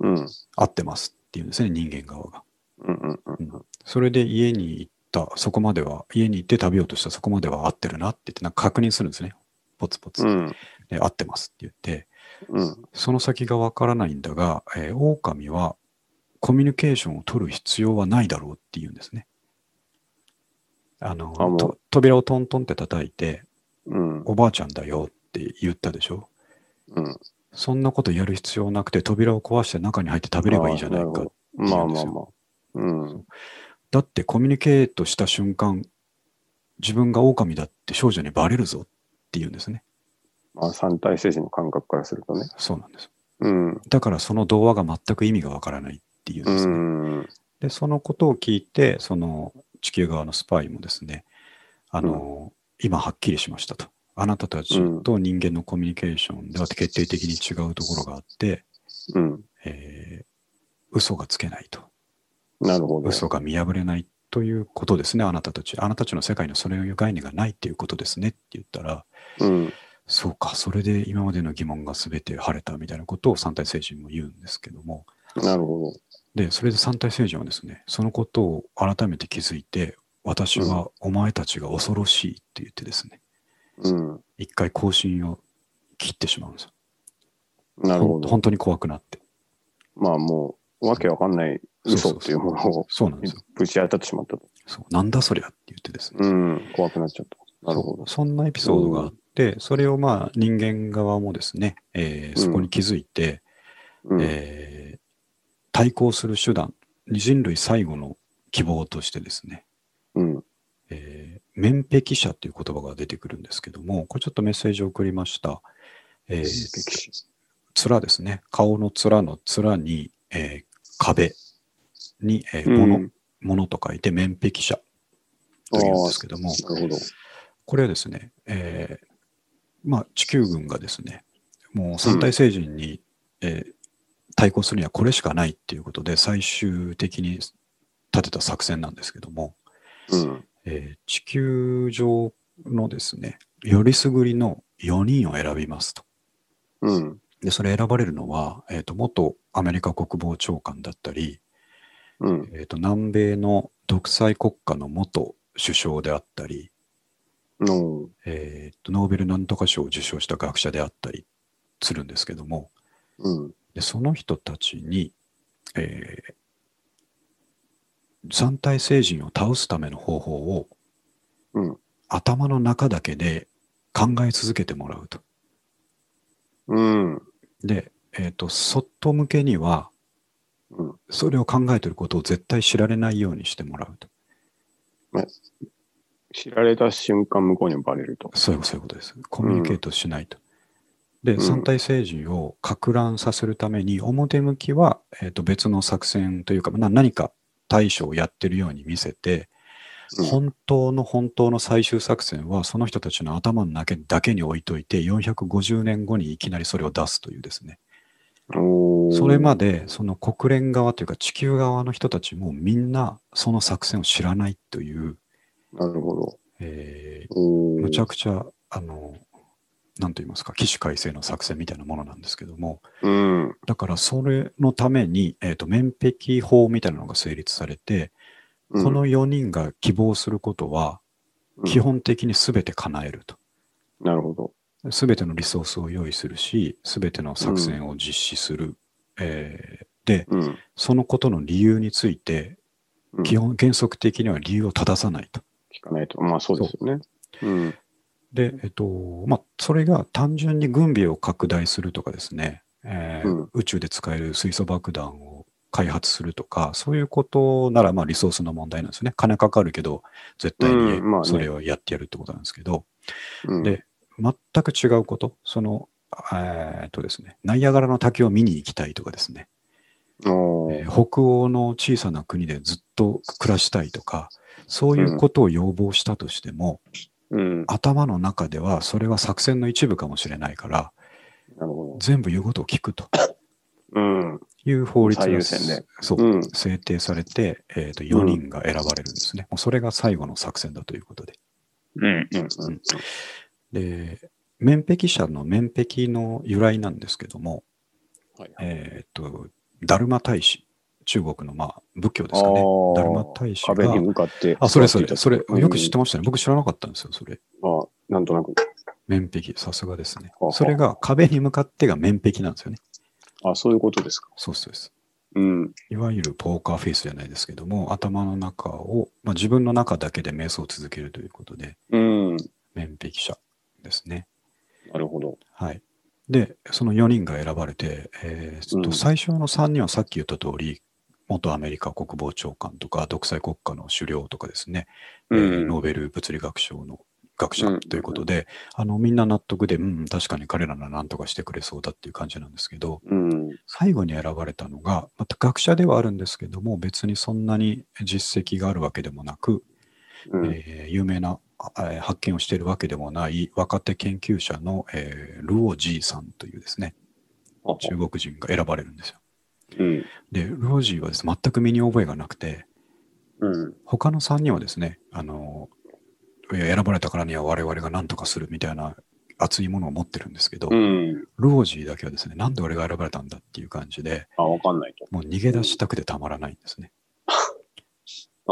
Speaker 1: うん、うん、
Speaker 2: 合ってますっていうんですね、人間側が。
Speaker 1: うん、うん、
Speaker 2: それで家に行った、そこまでは、家に行って食べようとした、そこまでは合ってるなって言って、なんか確認するんですね。ポツポツ。
Speaker 1: うん、
Speaker 2: で合ってますって言って、
Speaker 1: うん、
Speaker 2: その先がわからないんだが、えー、狼はコミュニケーションを取る必要はないだろうって言うんですね。あの、
Speaker 1: あもう
Speaker 2: と扉をトントンって叩いて、
Speaker 1: うん、
Speaker 2: おばあちゃんだよって言ったでしょ。
Speaker 1: うん。
Speaker 2: そんなことやる必要なくて、扉を壊して中に入って食べればいいじゃない
Speaker 1: あー
Speaker 2: か
Speaker 1: る。ほどまあまあまあ。うん、
Speaker 2: だってコミュニケートした瞬間、自分が狼だって少女にバレるぞって言うんですね。
Speaker 1: まあ三体星人の感覚からするとね。
Speaker 2: そうなんです。
Speaker 1: うん、
Speaker 2: だからその童話が全く意味がわからないっていうん
Speaker 1: う
Speaker 2: ですね。
Speaker 1: ん、
Speaker 2: で、そのことを聞いて、その地球側のスパイもですね、あの、今はっきりしましたと。あなたたちと人間のコミュニケーションでは決定的に違うところがあって、
Speaker 1: うん、
Speaker 2: えー嘘がつけないと。
Speaker 1: なるほど。
Speaker 2: 嘘が見破れないということですね、あなたたち。あなたたちの世界にはそれいう概念がないっていうことですねって言ったら、
Speaker 1: うん、
Speaker 2: そうか、それで今までの疑問が全て晴れたみたいなことを三体星人も言うんですけども、
Speaker 1: なるほ
Speaker 2: で、それで三体星人はですね、そのことを改めて気づいて、私はお前たちが恐ろしいって言ってですね、
Speaker 1: ど。うん、
Speaker 2: 一回更新を切ってしまうんですよ。
Speaker 1: なるほ
Speaker 2: ほん
Speaker 1: ど。
Speaker 2: 本当に怖くなって。
Speaker 1: まあもう、わけわかんない嘘っていうものを
Speaker 2: そうなんですよ。
Speaker 1: ぶち当たってしまったと。
Speaker 2: そうなんだそりゃって言ってですね、
Speaker 1: うん、怖くなっちゃった。なるほど。
Speaker 2: そんなエピソードがあって、それをまあ人間側もですね、えー
Speaker 1: うん
Speaker 2: そこに気づいて、
Speaker 1: うん、
Speaker 2: えー対抗する手段、人類最後の希望としてですね、
Speaker 1: うん、
Speaker 2: えー面壁者という言葉が出てくるんですけども、これちょっとメッセージを送りました。えー、面ですね、顔の面の面に、えー壁に、えー
Speaker 1: うん
Speaker 2: 物、物と書いて面壁者というんですけども、
Speaker 1: なるほど。
Speaker 2: これはですね、えーまあ、地球軍がですね、もう三体星人に、えー対抗するにはこれしかないっていうことで、最終的に立てた作戦なんですけども、
Speaker 1: うん、
Speaker 2: えー地球上のですね、よりすぐりの4人を選びますと。
Speaker 1: うん、
Speaker 2: で、それ選ばれるのは、えーと元アメリカ国防長官だったり、
Speaker 1: うん、
Speaker 2: えーと南米の独裁国家の元首相であったり、
Speaker 1: うん、
Speaker 2: えーっとノーベルなんとか賞を受賞した学者であったりするんですけども
Speaker 1: うん、
Speaker 2: でその人たちに、えー三体星人を倒すための方法を
Speaker 1: うん、
Speaker 2: 頭の中だけで考え続けてもらうと。
Speaker 1: うん、
Speaker 2: で、えーっと外向けには
Speaker 1: うん。
Speaker 2: それを考えていることを絶対知られないようにしてもらうと。
Speaker 1: 知られた瞬間、向こうにバレると。
Speaker 2: そういうそういうことです。コミュニケートしないと。で、
Speaker 1: ん
Speaker 2: 三体政治を攪乱させるために、表向きは、えー、と別の作戦というか、な何か対処をやってるように見せて、
Speaker 1: うん
Speaker 2: 本当の本当の最終作戦は、その人たちの頭の中だけに置いといて、450年後にいきなりそれを出すというですね、
Speaker 1: おー
Speaker 2: それまでその国連側というか地球側の人たちもみんなその作戦を知らないという、
Speaker 1: なるほど。
Speaker 2: え
Speaker 1: お
Speaker 2: ー
Speaker 1: ー
Speaker 2: むちゃくちゃあのなんと言いますか起死回生の作戦みたいなものなんですけども
Speaker 1: うん。
Speaker 2: だからそれのために、えー、と免疫法みたいなのが成立されて、
Speaker 1: うん
Speaker 2: この4人が希望することは基、本的に全て叶えると。
Speaker 1: うんなるほど。
Speaker 2: 全てのリソースを用意するし、全ての作戦を実施する。えーで、
Speaker 1: うん。
Speaker 2: そのことの理由について、
Speaker 1: うん
Speaker 2: 基本、原則的には理由を正さないと。
Speaker 1: 聞かないと。まあそうですよね。うん。
Speaker 2: で、えっと、まあ、それが単純に軍備を拡大するとかですね、えー
Speaker 1: うん
Speaker 2: 宇宙で使える水素爆弾を開発するとか、そういうことなら、まあ、リソースの問題なんですよね。金かかるけど、絶対に
Speaker 1: うんまあね
Speaker 2: それをやってやるってことなんですけど、
Speaker 1: うん、
Speaker 2: で全く違うこと、その、えーっとですね、ナイアガラの滝を見に行きたいとかですね、
Speaker 1: お
Speaker 2: えー
Speaker 1: ー
Speaker 2: 北欧の小さな国でずっと暮らしたいとか、そういうことを要望したとしても、
Speaker 1: うん。な
Speaker 2: 頭の中ではそれは作戦の一部かもしれないから、
Speaker 1: るほ
Speaker 2: 全部言うことを聞くと
Speaker 1: ど。うん。
Speaker 2: いう法律
Speaker 1: 最
Speaker 2: が
Speaker 1: 優先で
Speaker 2: そう、
Speaker 1: うん
Speaker 2: 制定されて、えーと、4人が選ばれるんですね。もうそれが最後の作戦だということで。
Speaker 1: うん。うん。
Speaker 2: で、免疫者の免疫の由来なんですけども、
Speaker 1: はいはい
Speaker 2: えーっと、ダルマ大使、中国のまあ仏教ですかね。ダルマ
Speaker 1: あ
Speaker 2: 大使
Speaker 1: あ、
Speaker 2: が。
Speaker 1: 壁に向かって。
Speaker 2: あ、それそれ、それ、よく知って
Speaker 1: ま
Speaker 2: ましたね。僕知らなかったんですよ、それ。
Speaker 1: す。あなんとなく。
Speaker 2: 面壁、さすがですね
Speaker 1: あは。あ
Speaker 2: それが壁に向かってが面壁なんですよね。
Speaker 1: あそういうことですか。
Speaker 2: そうそうです。
Speaker 1: うん。
Speaker 2: いわゆるポーカーフェイスじゃないですけども、頭の中を、まあ、自分の中だけで瞑想を続けるということで、
Speaker 1: うん。な
Speaker 2: 面壁者ですね。
Speaker 1: るほど。
Speaker 2: はい。で、その4人が選ばれて、えーっと
Speaker 1: うん
Speaker 2: 最初の3人はさっき言った通り、元アメリカ国防長官とか、独裁国家の首領とかですね、
Speaker 1: うん
Speaker 2: えーノーベル物理学賞の学者
Speaker 1: うん
Speaker 2: ということで、あのみんな納得で、うん、確かに彼らなら何とかしてくれそうだっていう感じなんですけど、
Speaker 1: うん。
Speaker 2: 最後に選ばれたのが、また学者ではあるんですけども、別にそんなに実績があるわけでもなく、
Speaker 1: うん。
Speaker 2: えー有名なあえー発見をしているわけでもない若手研究者の、えールオ・ジーさんというですね、
Speaker 1: あ
Speaker 2: 中国人が選ばれるんですよ。
Speaker 1: うん。
Speaker 2: で、ルオ・ジーはですね、全く身に覚えがなくて、
Speaker 1: うん。
Speaker 2: 他の3人はですね、あの、いや選ばれたからには我々が何とかするみたいな熱いものを持ってるんですけど、
Speaker 1: うん。
Speaker 2: ルオジーだけはですね、なんで俺が選ばれたんだっていう感じで、
Speaker 1: あ、わかんないと。
Speaker 2: もう逃げ出したくてたまらないんですね。
Speaker 1: あ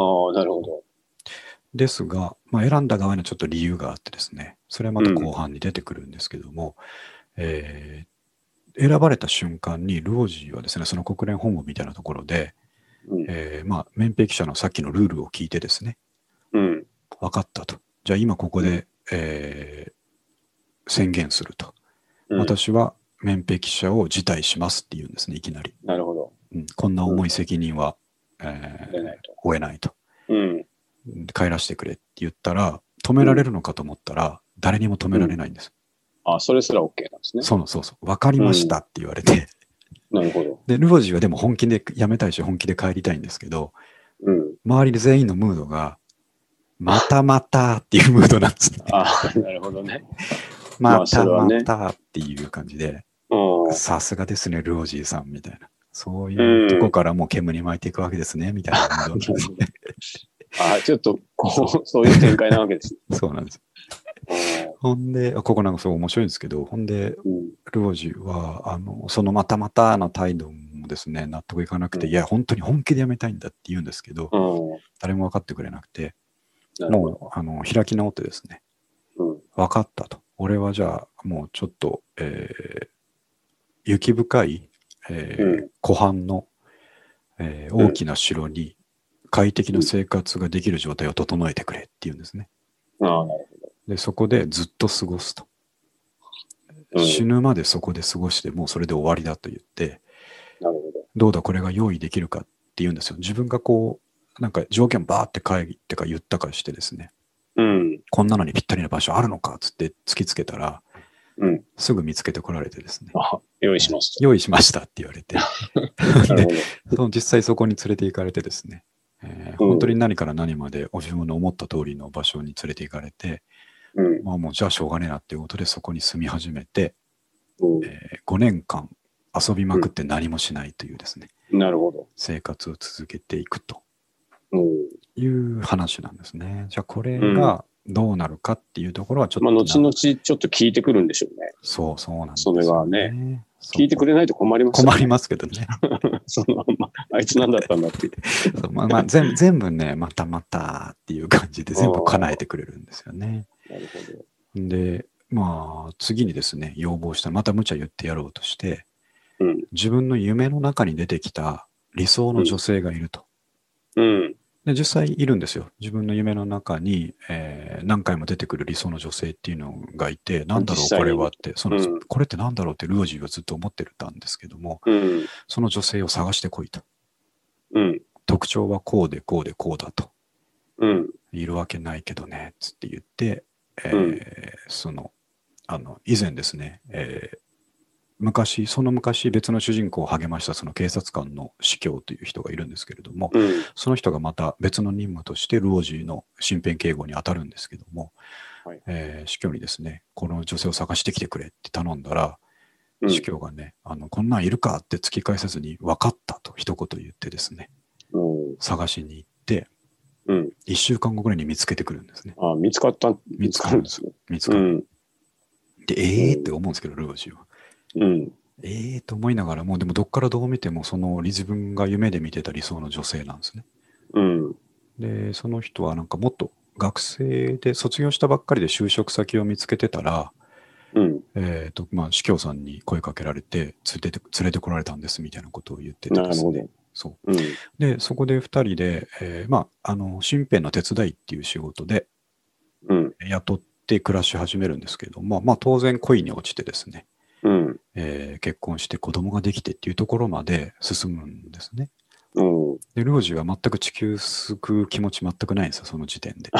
Speaker 1: あ、なるほど。
Speaker 2: ですが、まあ、選んだ側にはちょっと理由があってですね、それはまた後半に出てくるんですけども、えー選ばれた瞬間にルオジーはですね、その国連本部みたいなところで、
Speaker 1: うん。
Speaker 2: えーまあ、免疫者のさっきのルールを聞いてですね、
Speaker 1: うん。
Speaker 2: 分かったと。じゃあ今ここで、えー宣言すると。
Speaker 1: うん
Speaker 2: 私は免疫者を辞退しますって言うんですね、いきなり。
Speaker 1: なるほど。
Speaker 2: うん、こんな重い責任は、え
Speaker 1: 出
Speaker 2: ー
Speaker 1: ないと。
Speaker 2: 負えないと。
Speaker 1: うん。
Speaker 2: 帰らせてくれって言ったら、止められるのかと思ったら、誰にも止められないんです。
Speaker 1: あ、それすら OK なんですね。
Speaker 2: そうそうそう。分かりましたって言われて。
Speaker 1: なるほど。
Speaker 2: で、ルボジーはでも本気で辞めたいし、本気で帰りたいんですけど、
Speaker 1: うん。
Speaker 2: 周りで全員のムードが、またまたっていうムードなんですね。
Speaker 1: ああ、なるほどね。ま
Speaker 2: ま
Speaker 1: あそ
Speaker 2: た
Speaker 1: れは
Speaker 2: ま
Speaker 1: ね
Speaker 2: たっていう感じで、
Speaker 1: うん。
Speaker 2: さすがですね、ルオジーさんみたいな。そういうとこからもう煙巻いていくわけですね、みたいなムードなん ですね。
Speaker 1: あちょっと、こう、そういう展開なわけです。
Speaker 2: そうなんです。ほんで、あここなんかすごい面白いんですけど、ほんで、
Speaker 1: うん。
Speaker 2: ルオジは、あの、そのまたまたの態度もですね、納得いかなくて、
Speaker 1: うん
Speaker 2: いや、本当に本気でやめたいんだって言うんですけど、
Speaker 1: うん。
Speaker 2: 誰も分かってくれなくて、
Speaker 1: なるほど。
Speaker 2: もう、あの、開き直ってですね、
Speaker 1: うん。
Speaker 2: 分かったと。俺はじゃあ、もうちょっと、えー雪深い、えー
Speaker 1: うん
Speaker 2: 湖畔の、えー
Speaker 1: うん
Speaker 2: 大きな城に快適な生活ができる状態を整えてくれって言うんですね。
Speaker 1: ああ、なる
Speaker 2: で、そこでずっと過ごすと。
Speaker 1: ほど。うん
Speaker 2: 死ぬまでそこで過ごして、もうそれで終わりだと言って、
Speaker 1: なるほど。
Speaker 2: どうだこれが用意できるかって言うんですよ。自分がこう、なんか条件バーって会議ってか言ったかしてですね、
Speaker 1: うん。
Speaker 2: こんなのにぴったりな場所あるのかっつって突きつけたら、
Speaker 1: うん。
Speaker 2: すぐ見つけてこられてですね、
Speaker 1: あ用意します
Speaker 2: 用意しましたって言われ て、
Speaker 1: と。なるほど。
Speaker 2: その実際そこに連れて行かれてですね、えー
Speaker 1: うん
Speaker 2: 本当に何から何までお自分の思った通りの場所に連れて行かれて、
Speaker 1: うん。
Speaker 2: まあもうじゃあしょうがねえなっていうことでそこに住み始めて、
Speaker 1: うん
Speaker 2: え5年間遊びまくって何もしないというですね、
Speaker 1: なるほど。
Speaker 2: 生活を続けていくと
Speaker 1: おー
Speaker 2: いう話なんですね。じゃあこれがどうなるかっていうところはちょっと
Speaker 1: ま
Speaker 2: な、
Speaker 1: あ、後々ちょっと聞いてくるんでしょうね。
Speaker 2: そうそうなんです
Speaker 1: そ
Speaker 2: よ、ね。
Speaker 1: れは
Speaker 2: ね。
Speaker 1: 聞いてくれないと困りますよ
Speaker 2: 困り
Speaker 1: ね。
Speaker 2: ますけどね。
Speaker 1: す。そのまま、あいつ何だったんだって。
Speaker 2: そうまあまあ、全部全部ね、またまたっていう感じで全部叶えてくれるんですよね。
Speaker 1: なるほど。
Speaker 2: で、まあ、次にですね、要望した、また無茶言ってやろうとして、
Speaker 1: うん
Speaker 2: 自分の夢の中に出てきた理想の女性がいると。
Speaker 1: うん。
Speaker 2: で実際いるんですよ。自分の夢の中に、えー何回も出てくる理想の女性っていうのがいて、なんだろ
Speaker 1: 実
Speaker 2: う
Speaker 1: 際
Speaker 2: こ
Speaker 1: に
Speaker 2: れはって、そうなんです
Speaker 1: うん
Speaker 2: これってなんだろうってルージーはずっと思ってたんですけども、
Speaker 1: うん。
Speaker 2: その女性を探してこいと。
Speaker 1: うん。
Speaker 2: 特徴はこうでこうでこうだと。
Speaker 1: うん。
Speaker 2: いるわけないけどね、つって言って、えー
Speaker 1: うん
Speaker 2: その、あの、以前ですね、えー昔、その昔別の主人公を励ましたその警察官の司教という人がいるんですけれども、
Speaker 1: うん。
Speaker 2: その人がまた別の任務としてルオージーの身辺警護に当たるんですけども、
Speaker 1: はい
Speaker 2: えー司教にですね、この女性を探してきてくれって頼んだら、
Speaker 1: うん
Speaker 2: 司教がね、あの、こんなんいるかって突き返さずに、分かったと一言言ってですね、
Speaker 1: うん。
Speaker 2: 探しに行って、
Speaker 1: うん。
Speaker 2: 1週間後ぐらいに見つけてくるんですね。
Speaker 1: あ、見つかった。
Speaker 2: 見つかるんです
Speaker 1: よ。
Speaker 2: 見つ
Speaker 1: う
Speaker 2: かっ
Speaker 1: ん。
Speaker 2: て、ええーって思うんですけど、ルオージーは。
Speaker 1: うん。
Speaker 2: ええーと思いながらも、でもどっからどう見ても、その自分が夢で見てた理想の女性なんですね。
Speaker 1: うん。
Speaker 2: で、その人はなんかもっと学生で卒業したばっかりで就職先を見つけてたら、
Speaker 1: うん。
Speaker 2: えっ、と、まあ、司教さんに声かけられて、連れて、連れてこられたんですみたいなことを言ってて
Speaker 1: な
Speaker 2: で
Speaker 1: る
Speaker 2: す
Speaker 1: ほ
Speaker 2: ね。
Speaker 1: ど。
Speaker 2: そう。
Speaker 1: うん。
Speaker 2: で、そこで二人で、えーまあ、あの、身辺の手伝いっていう仕事で
Speaker 1: うん。
Speaker 2: 雇って暮らし始めるんですけども、まあ、当然恋に落ちてですね、
Speaker 1: うん。
Speaker 2: えー結婚して子供ができてっていうところまで進むんですね。
Speaker 1: うん。
Speaker 2: で、ルージは全く地球救う気持ち全くないんですよ、その時点で。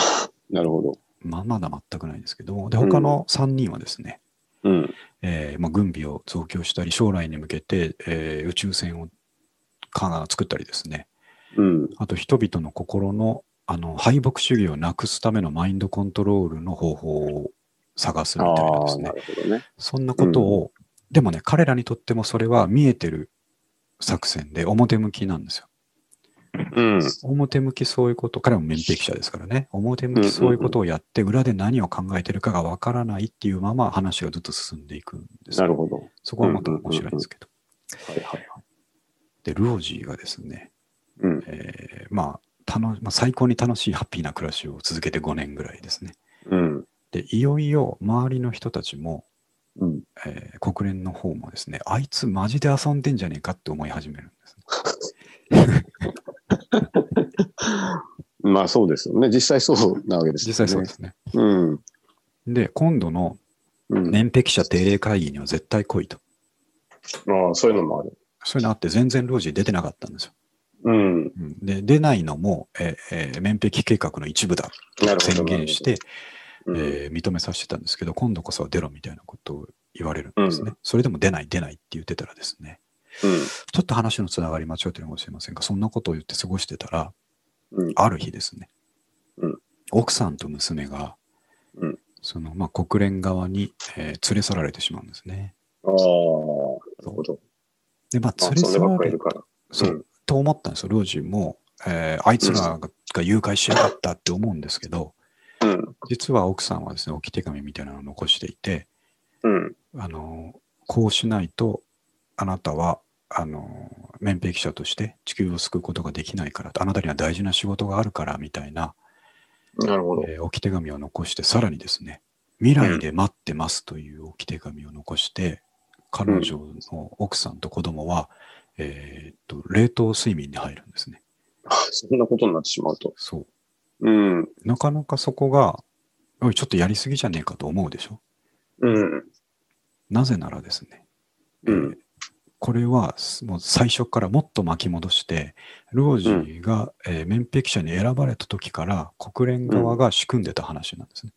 Speaker 1: なるほど。
Speaker 2: まあ、まだ全くないんですけども、で、他の3人はですね、
Speaker 1: うん。
Speaker 2: えーまあ、軍備を増強したり、将来に向けて、えー宇宙船をか作ったりですね、
Speaker 1: うん。
Speaker 2: あと人々の心のあの敗北主義をなくすためのマインドコントロールの方法を探すみ
Speaker 1: あ
Speaker 2: たいなで
Speaker 1: あ
Speaker 2: す
Speaker 1: ー、
Speaker 2: ね
Speaker 1: な、るほどね。
Speaker 2: そんなことを、でもね、彼らにとってもそれは見えてる作戦で表向きなんですよ。
Speaker 1: うん。
Speaker 2: 表向きそういうこと、彼も面壁者ですからね、表向きそういうことをやって、裏で何を考えてるかがわからないっていうまま話がずっと進んでいくんです
Speaker 1: な
Speaker 2: よ。
Speaker 1: るほど。は
Speaker 2: そこはまた面白いんですけど。
Speaker 1: いはい。
Speaker 2: で、ルオジーがですね、
Speaker 1: うん。
Speaker 2: えーまあ、楽まあ、最高に楽しいハッピーな暮らしを続けて5年ぐらいですね。
Speaker 1: うん。
Speaker 2: で、いよいよ周りの人たちも、
Speaker 1: うん。
Speaker 2: えー国連の方もですね、あいつマジで遊んでんじゃねえかって思い始めるんですね。
Speaker 1: まあそうですよね。実際そうなわけですよね。
Speaker 2: 実際そうですね。
Speaker 1: うん。
Speaker 2: で、今度の
Speaker 1: うん。
Speaker 2: 年壁者定例会議には絶対来いと。
Speaker 1: ああ、そういうのもある。
Speaker 2: そういうのあって全然ルオジー出てなかったんですよ。
Speaker 1: うん。
Speaker 2: うんで、出ないのも、ええー面壁計画の一部だ
Speaker 1: なるほど。
Speaker 2: 宣言して、
Speaker 1: うん、
Speaker 2: えー認めさせてたんですけど、今度こそは出ろみたいなことを言われるんですね。それでも出ない、出ないって言ってたらですね、ちょっと話のつながり間違ってるかもしれませんが、そんなことを言って過ごしてたら、
Speaker 1: うん。うん。
Speaker 2: ある日ですね、
Speaker 1: うん
Speaker 2: 奥さんと娘が、
Speaker 1: うん
Speaker 2: そのまあ、国連側に、えー連れ去られてしまうんですね。
Speaker 1: ああ、なるほど。
Speaker 2: で、まあ、
Speaker 1: ま
Speaker 2: 連
Speaker 1: あ、
Speaker 2: れ
Speaker 1: そん
Speaker 2: 去
Speaker 1: なば
Speaker 2: ら
Speaker 1: っかり
Speaker 2: れ
Speaker 1: いるから。
Speaker 2: そう、
Speaker 1: うん
Speaker 2: と思ったんですよ、ルージンも、えーあいつらがが誘拐しやがったって思うんですけど、
Speaker 1: うん。
Speaker 2: 実は奥さんはですね、置き手紙みたいなのを残していて、
Speaker 1: うん。
Speaker 2: あのこうしないと、あなたは、あの免疫者として地球を救うことができないから、あなたには大事な仕事があるから、みたいな、
Speaker 1: なるほど。
Speaker 2: えー置き手紙を残して、さらにですね、未来で待ってますという置き手紙を残して、彼女の奥さんと子供は、えーっと、冷凍睡眠に入るんですね。
Speaker 1: そんなことになってしまうと。
Speaker 2: そう。
Speaker 1: うん。
Speaker 2: なかなかそこが、おい、ちょっとやりすぎじゃねえかと思うでしょ。
Speaker 1: うん。
Speaker 2: なぜならですね、え
Speaker 1: う
Speaker 2: ー
Speaker 1: ん。
Speaker 2: これはすもう最初からもっと巻き戻して、ルオジーが、えー免疫者に選ばれた時から国連側が仕組んでた話なんですね。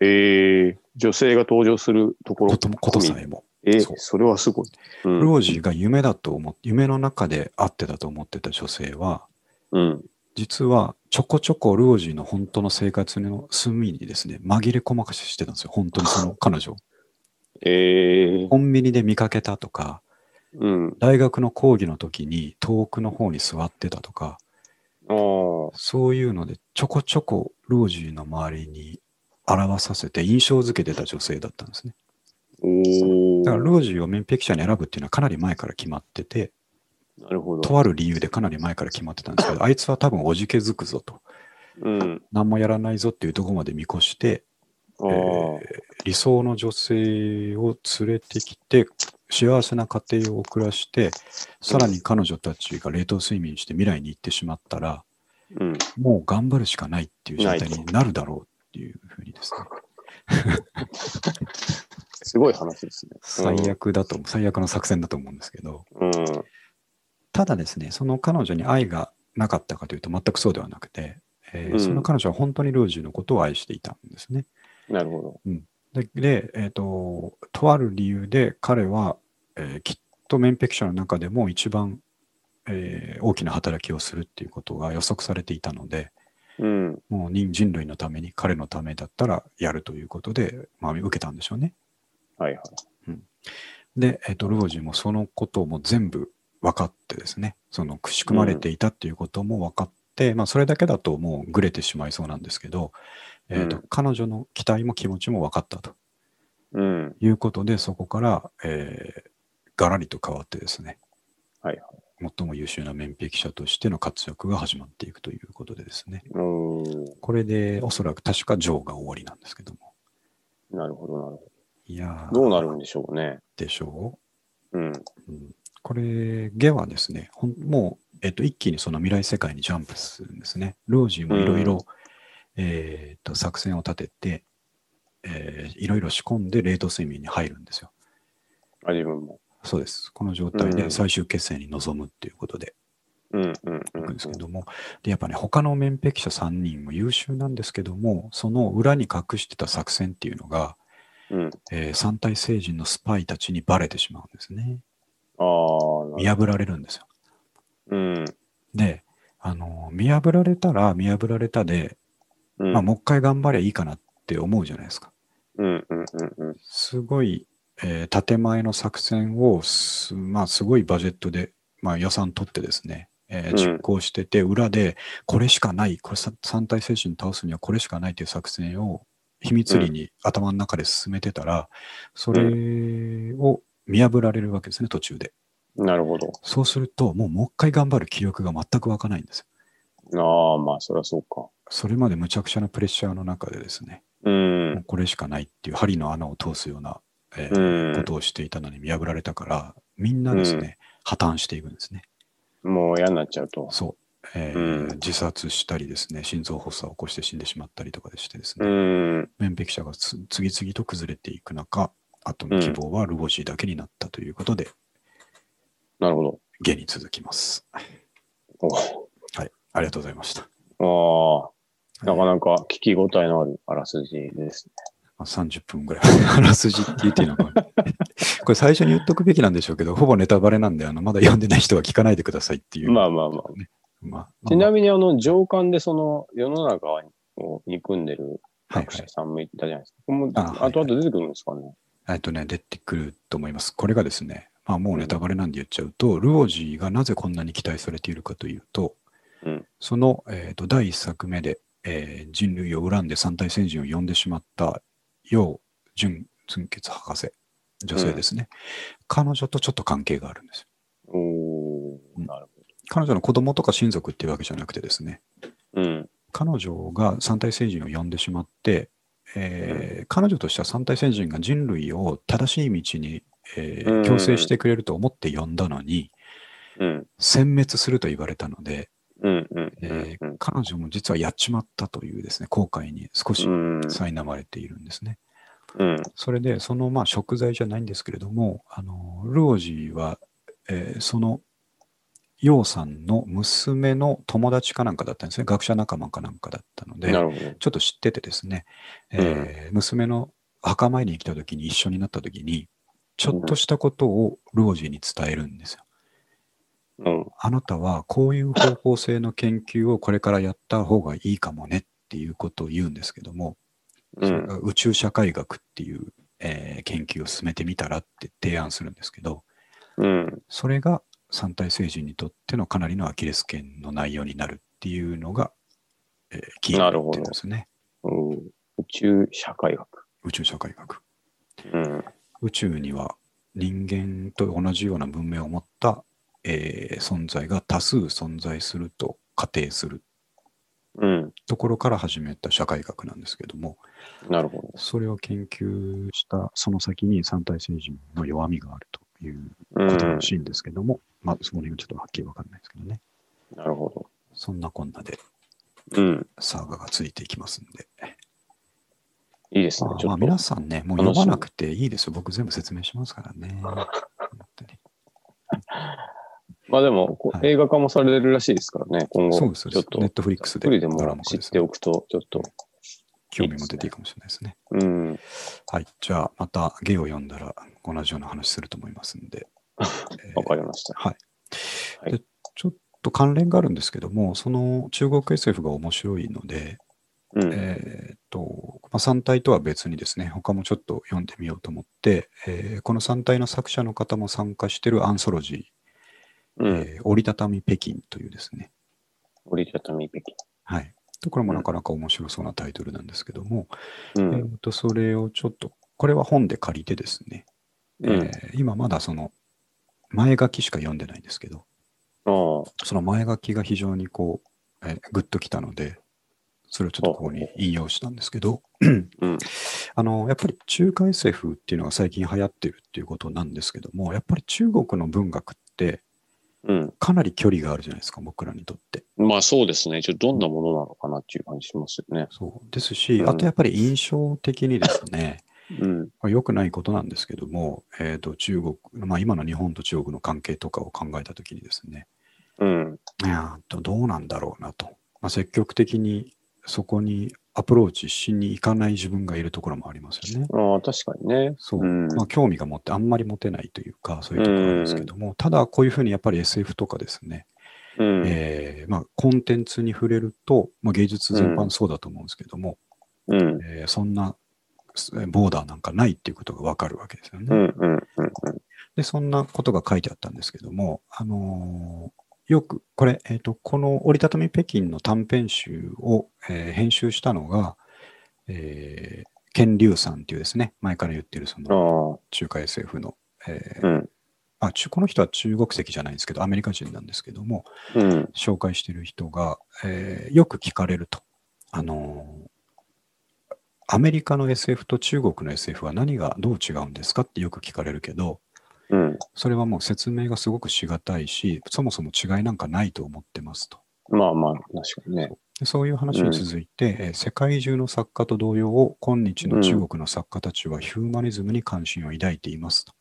Speaker 1: えー、女性が登場するところ。
Speaker 2: こともことさえも。
Speaker 1: えー
Speaker 2: そう
Speaker 1: それはすごい。う
Speaker 2: ル
Speaker 1: ん。
Speaker 2: オジーが夢だと思っ夢の中で会ってたと思ってた女性は、
Speaker 1: うん。
Speaker 2: 実はちょこちょこルオジーの本当の生活の隅にですね、紛れ細か ししてたんですよ。本当にその彼女を。
Speaker 1: えー、
Speaker 2: コンビニで見かけたとか、
Speaker 1: うん。
Speaker 2: 大学の講義の時に遠くの方に座ってたとか、
Speaker 1: ああ。
Speaker 2: そういうのでちょこちょこロージーの周りに表させて印象づけてた女性だったんですね。
Speaker 1: おお。
Speaker 2: だからロージーを面壁者に選ぶっていうのはかなり前から決まってて、
Speaker 1: なるほど。
Speaker 2: とある理由でかなり前から決まってたんですけど、あいつは多分おじけづくぞと、
Speaker 1: うん。
Speaker 2: 何もやらないぞっていうところまで見越して、
Speaker 1: ああ。
Speaker 2: えー理想の女性を連れてきて、幸せな家庭を暮らして、さらに彼女たちが冷凍睡眠して未来に行ってしまったら、
Speaker 1: うん。
Speaker 2: もう頑張るしかないっていう状態
Speaker 1: ない
Speaker 2: になるだろうっていうふうにですね、
Speaker 1: すごい話ですね。
Speaker 2: 最悪だと思う、最悪の作戦だと思うんですけど、
Speaker 1: うん。
Speaker 2: ただですね、その彼女に愛がなかったかというと全くそうではなくて、えー
Speaker 1: うん
Speaker 2: その彼女は本当にルージュのことを愛していたんですね。
Speaker 1: なるほ
Speaker 2: で、でえーと、とある理由で彼は、えーきっと面壁者の中でも一番、えー大きな働きをするっていうことが予測されていたので、
Speaker 1: ど。うん。
Speaker 2: もう人人類のために彼のためだったらやるということで、まあ、受けたんでしょうね。
Speaker 1: はいはい。
Speaker 2: で、えっとルージュもそのことをもう全部分かってですね、そのくしくまれていたっていうことも分かって、まあそれだけだともうぐれてしまいそうなんですけど、えっと
Speaker 1: うん
Speaker 2: 彼女の期待も気持ちも分かったと
Speaker 1: うん。
Speaker 2: いうことで、そこから、えー、ガラリと変わってですね、
Speaker 1: はいはい
Speaker 2: 最も優秀な面壁者としての活躍が始まっていくということでですね、
Speaker 1: うん。
Speaker 2: これでおそらく確かジョーが終わりなんですけども。
Speaker 1: なるほど、なるほ
Speaker 2: いやー
Speaker 1: ど。どうなるんでしょうね。
Speaker 2: でしょう
Speaker 1: うん。
Speaker 2: うんこれ、ゲはですね、ほんもう、えっと、一気にその未来世界にジャンプするんですね。ロージーもいろいろ、えーっと、作戦を立てて、えーいろいろ仕込んで冷凍睡眠に入るんですよ。
Speaker 1: あ、自分も。
Speaker 2: そうです。この状態
Speaker 1: う
Speaker 2: で
Speaker 1: ん
Speaker 2: 最終決戦に臨むっていうことで
Speaker 1: うんうんう
Speaker 2: い
Speaker 1: ん
Speaker 2: くんですけども、で、やっぱね、他の面壁者3人も優秀なんですけども、その裏に隠してた作戦っていうのが、
Speaker 1: うん。うん。
Speaker 2: えー三体星人のスパイたちにバレてしまうんですね。
Speaker 1: ああ、
Speaker 2: 見破られるんですよ。
Speaker 1: うん。
Speaker 2: で、あの、見破られたら見破られたで、
Speaker 1: うん。
Speaker 2: まあ、もう一回頑張りゃいいかなって思うじゃないですか。
Speaker 1: うんうんうん
Speaker 2: すごい、えー建前の作戦をす、まあ、すごいバジェットで、まあ、予算取ってですね、えー
Speaker 1: うん
Speaker 2: 実行してて、裏で、これしかない、これさ三体精神倒すにはこれしかないという作戦を秘密裏に頭の中で進めてたら、それを見破られるわけですね、途中で。
Speaker 1: うん。なるほど。
Speaker 2: そうすると、もうもう一回頑張る気力が全く湧かないんですよ
Speaker 1: ああ、まあ、そりゃそうか。
Speaker 2: それまでむちゃくちゃなプレッシャーの中でですね、
Speaker 1: うん。
Speaker 2: もうこれしかないっていう針の穴を通すような、えー
Speaker 1: う
Speaker 2: ことをしていたのに見破られたから、みんなですね、破綻していくんですね。
Speaker 1: ん。もう嫌になっちゃうと。
Speaker 2: そう、えー
Speaker 1: うん
Speaker 2: 自殺したりですね、心臓発作を起こして死んでしまったりとかでしてです
Speaker 1: う
Speaker 2: ね、
Speaker 1: ん。
Speaker 2: 面壁者がつ次々と崩れていく中、後の希望はルゴジーだけになったということで、
Speaker 1: なるほど。
Speaker 2: 下に続きます。はい、ありがとうございました。
Speaker 1: おああ、なかなか聞き応えのあるあらすじですね。
Speaker 2: まあ、30分ぐらいあらすじって言っていいのかなこれ最初に言っとくべきなんでしょうけど、ほぼネタバレなんで、あのまだ読んでない人は聞かないでくださいっていう。
Speaker 1: まあまあまあ。
Speaker 2: まあ
Speaker 1: ちな
Speaker 2: み
Speaker 1: みに、あの、上官でその、世の中を憎んでる
Speaker 2: はい
Speaker 1: 学者さんもいたじゃないですか。これも
Speaker 2: あはい
Speaker 1: 後々出てくるんですかね。
Speaker 2: はい、えっとね、出てくると思います。これがですね、まあ、もうネタバレなんで言っちゃうと、ルオジーがなぜこんなに期待されているかというと、
Speaker 1: うん
Speaker 2: その、えっと第1作目で、えー人類を恨んで三体戦人を呼んでしまった楊純純潔博士、女性ですね、彼女とちょっと関係があるんですよ。
Speaker 1: おお
Speaker 2: うん
Speaker 1: なる
Speaker 2: 彼女の子供とか親族っていうわけじゃなくてですね、
Speaker 1: ほど。うん。
Speaker 2: 彼女が三体星人を呼んでしまって、えー彼女としては三体星人が人類を正しい道に、えー
Speaker 1: うん
Speaker 2: 強制してくれると思って呼んだのに、
Speaker 1: うん。
Speaker 2: 殲滅すると言われたので、
Speaker 1: うん。うん。う
Speaker 2: えー
Speaker 1: ん。
Speaker 2: 彼女も実はやっちまったというですね、後悔に少し
Speaker 1: うん。
Speaker 2: 苛まれているんですね。
Speaker 1: うん。
Speaker 2: それで、そのまあ食材じゃないんですけれども、あのルオジーは、えーその楊さんの娘の友達かなんかだったんですね、学者仲間かなんかだったので、
Speaker 1: なるほど。
Speaker 2: ちょっと知っててですね、えー娘の墓参りに来た時に一緒になった時に、ちょっとしたことをルオジーに伝えるんですよ。
Speaker 1: うん。
Speaker 2: あなたはこういう方向性の研究をこれからやった方がいいかもねっていうことを言うんですけども、
Speaker 1: う
Speaker 2: それ
Speaker 1: ん。
Speaker 2: が宇宙社会学っていう、えー研究を進めてみたらって提案するんですけど、
Speaker 1: うん。
Speaker 2: それが三体星人にとってのかなりのアキレス腱の内容になるっていうのが、えー、キー
Speaker 1: な
Speaker 2: に
Speaker 1: る
Speaker 2: なっ
Speaker 1: ほ
Speaker 2: て
Speaker 1: ど
Speaker 2: るんですね。
Speaker 1: うん、宇宙社会学。
Speaker 2: 宇宙社会学。
Speaker 1: うん。
Speaker 2: 宇宙には人間と同じような文明を持った、えー存在が多数存在すると仮定する
Speaker 1: うん。
Speaker 2: ところから始めた社会学なんですけども、
Speaker 1: なるほど。
Speaker 2: それを研究したその先に三体星人の弱みがあるという
Speaker 1: う
Speaker 2: ことら
Speaker 1: ん。
Speaker 2: しいんですけども、まあその辺はちょっとはっきりわかんないですけどね。
Speaker 1: なるほ
Speaker 2: そんなこんなで
Speaker 1: ど。うん。
Speaker 2: サーガがついていきますんで。
Speaker 1: いいですね
Speaker 2: ま。あ、
Speaker 1: ち
Speaker 2: ま
Speaker 1: ょ
Speaker 2: あ
Speaker 1: っと。
Speaker 2: 皆さんね、もう読まなくていいですよ。僕全部説明しますからね。本当に
Speaker 1: まあでも、こう
Speaker 2: はい
Speaker 1: 映画化もされるらしいですからね、今
Speaker 2: そう
Speaker 1: 後。
Speaker 2: です、
Speaker 1: ち
Speaker 2: そう
Speaker 1: ょ
Speaker 2: で
Speaker 1: っ
Speaker 2: す。
Speaker 1: と
Speaker 2: ネッ、トフリックス
Speaker 1: 一
Speaker 2: でド
Speaker 1: 人で
Speaker 2: ラマ
Speaker 1: も
Speaker 2: 化
Speaker 1: 知っ
Speaker 2: です
Speaker 1: て
Speaker 2: ね
Speaker 1: おくと、ちょっと。
Speaker 2: 興味も出ていいかもしれないですね。
Speaker 1: うん。
Speaker 2: はい。じゃあ、また芸を読んだら同じような話すると思いますんで。 えー
Speaker 1: わかりました。はい
Speaker 2: でちょっと関連があるんですけども、その中国 SF が面白いので、
Speaker 1: うん。
Speaker 2: えーっと、まあ、3体とは別にですね、他もちょっと読んでみようと思って、えーこの3体の作者の方も参加してるアンソロジー、
Speaker 1: うん。
Speaker 2: えー折りたたみ北京というですね、
Speaker 1: 折りたたみべき。
Speaker 2: はい。とこれもなかなか面白そうなタイトルなんですけども、
Speaker 1: う
Speaker 2: え
Speaker 1: ん。
Speaker 2: ーとそれをちょっと、これは本で借りてですね、
Speaker 1: う
Speaker 2: え
Speaker 1: ん。
Speaker 2: ー今まだその前書きしか読んでないんですけど、
Speaker 1: ああ。
Speaker 2: その前書きが非常にこう、えーグッときたので、それをちょっとここに引用したんですけど、
Speaker 1: うん。
Speaker 2: あの、やっぱり中華 SF っていうのが最近流行ってるっていうことなんですけども、やっぱり中国の文学って
Speaker 1: うん。
Speaker 2: かなり距離があるじゃないですか、僕らにとって。
Speaker 1: まあそうですね。ちょっとどんなものなのかなっていう感じしますよね。
Speaker 2: そうですし、
Speaker 1: うん
Speaker 2: あとやっぱり印象的にですね、
Speaker 1: うん。
Speaker 2: まあ、良くないことなんですけども、えー、と中国、まあ、今の日本と中国の関係とかを考えたときにですね、
Speaker 1: うん。
Speaker 2: いやーどどうなんだろうなと、まあ、積極的にそこにアプローチしに行かない自分がいるところもありますよね。
Speaker 1: ああ、確かにね。
Speaker 2: そう、
Speaker 1: うん
Speaker 2: まあ、興味が持ってあんまり持てないというか、そういうところなんですけども、ただこういうふうにやっぱり SF とかですね、
Speaker 1: うん。
Speaker 2: えーまあ、コンテンツに触れると、まあ、芸術全般そうだと思うんですけども、
Speaker 1: うん。
Speaker 2: えーそんなすボーダーなんかないっていうことがわかるわけですよね。
Speaker 1: うん。うん。うん。
Speaker 2: で、そんなことが書いてあったんですけども、あのーよく、これ、えっ、と、この折りたたみ北京の短編集を、えー編集したのが、えー、健龍さんっていうですね、前から言ってるその
Speaker 1: ああ。
Speaker 2: 中華 SF の、えー
Speaker 1: うん。
Speaker 2: あ中この人は中国籍じゃないんですけど、アメリカ人なんですけども、
Speaker 1: うん。
Speaker 2: 紹介してる人が、えーよく聞かれると。あのーアメリカの SF と中国の SF は何がどう違うんですかってよく聞かれるけど、
Speaker 1: うん。
Speaker 2: それはもう説明がすごくしがたいし、そもそも違いなんかないと思ってますと。
Speaker 1: まあまあ、確かにね。
Speaker 2: でそういう話に続いて、えー世界中の作家と同様を今日の中国の作家たちはヒューマニズムに関心を抱いていますと。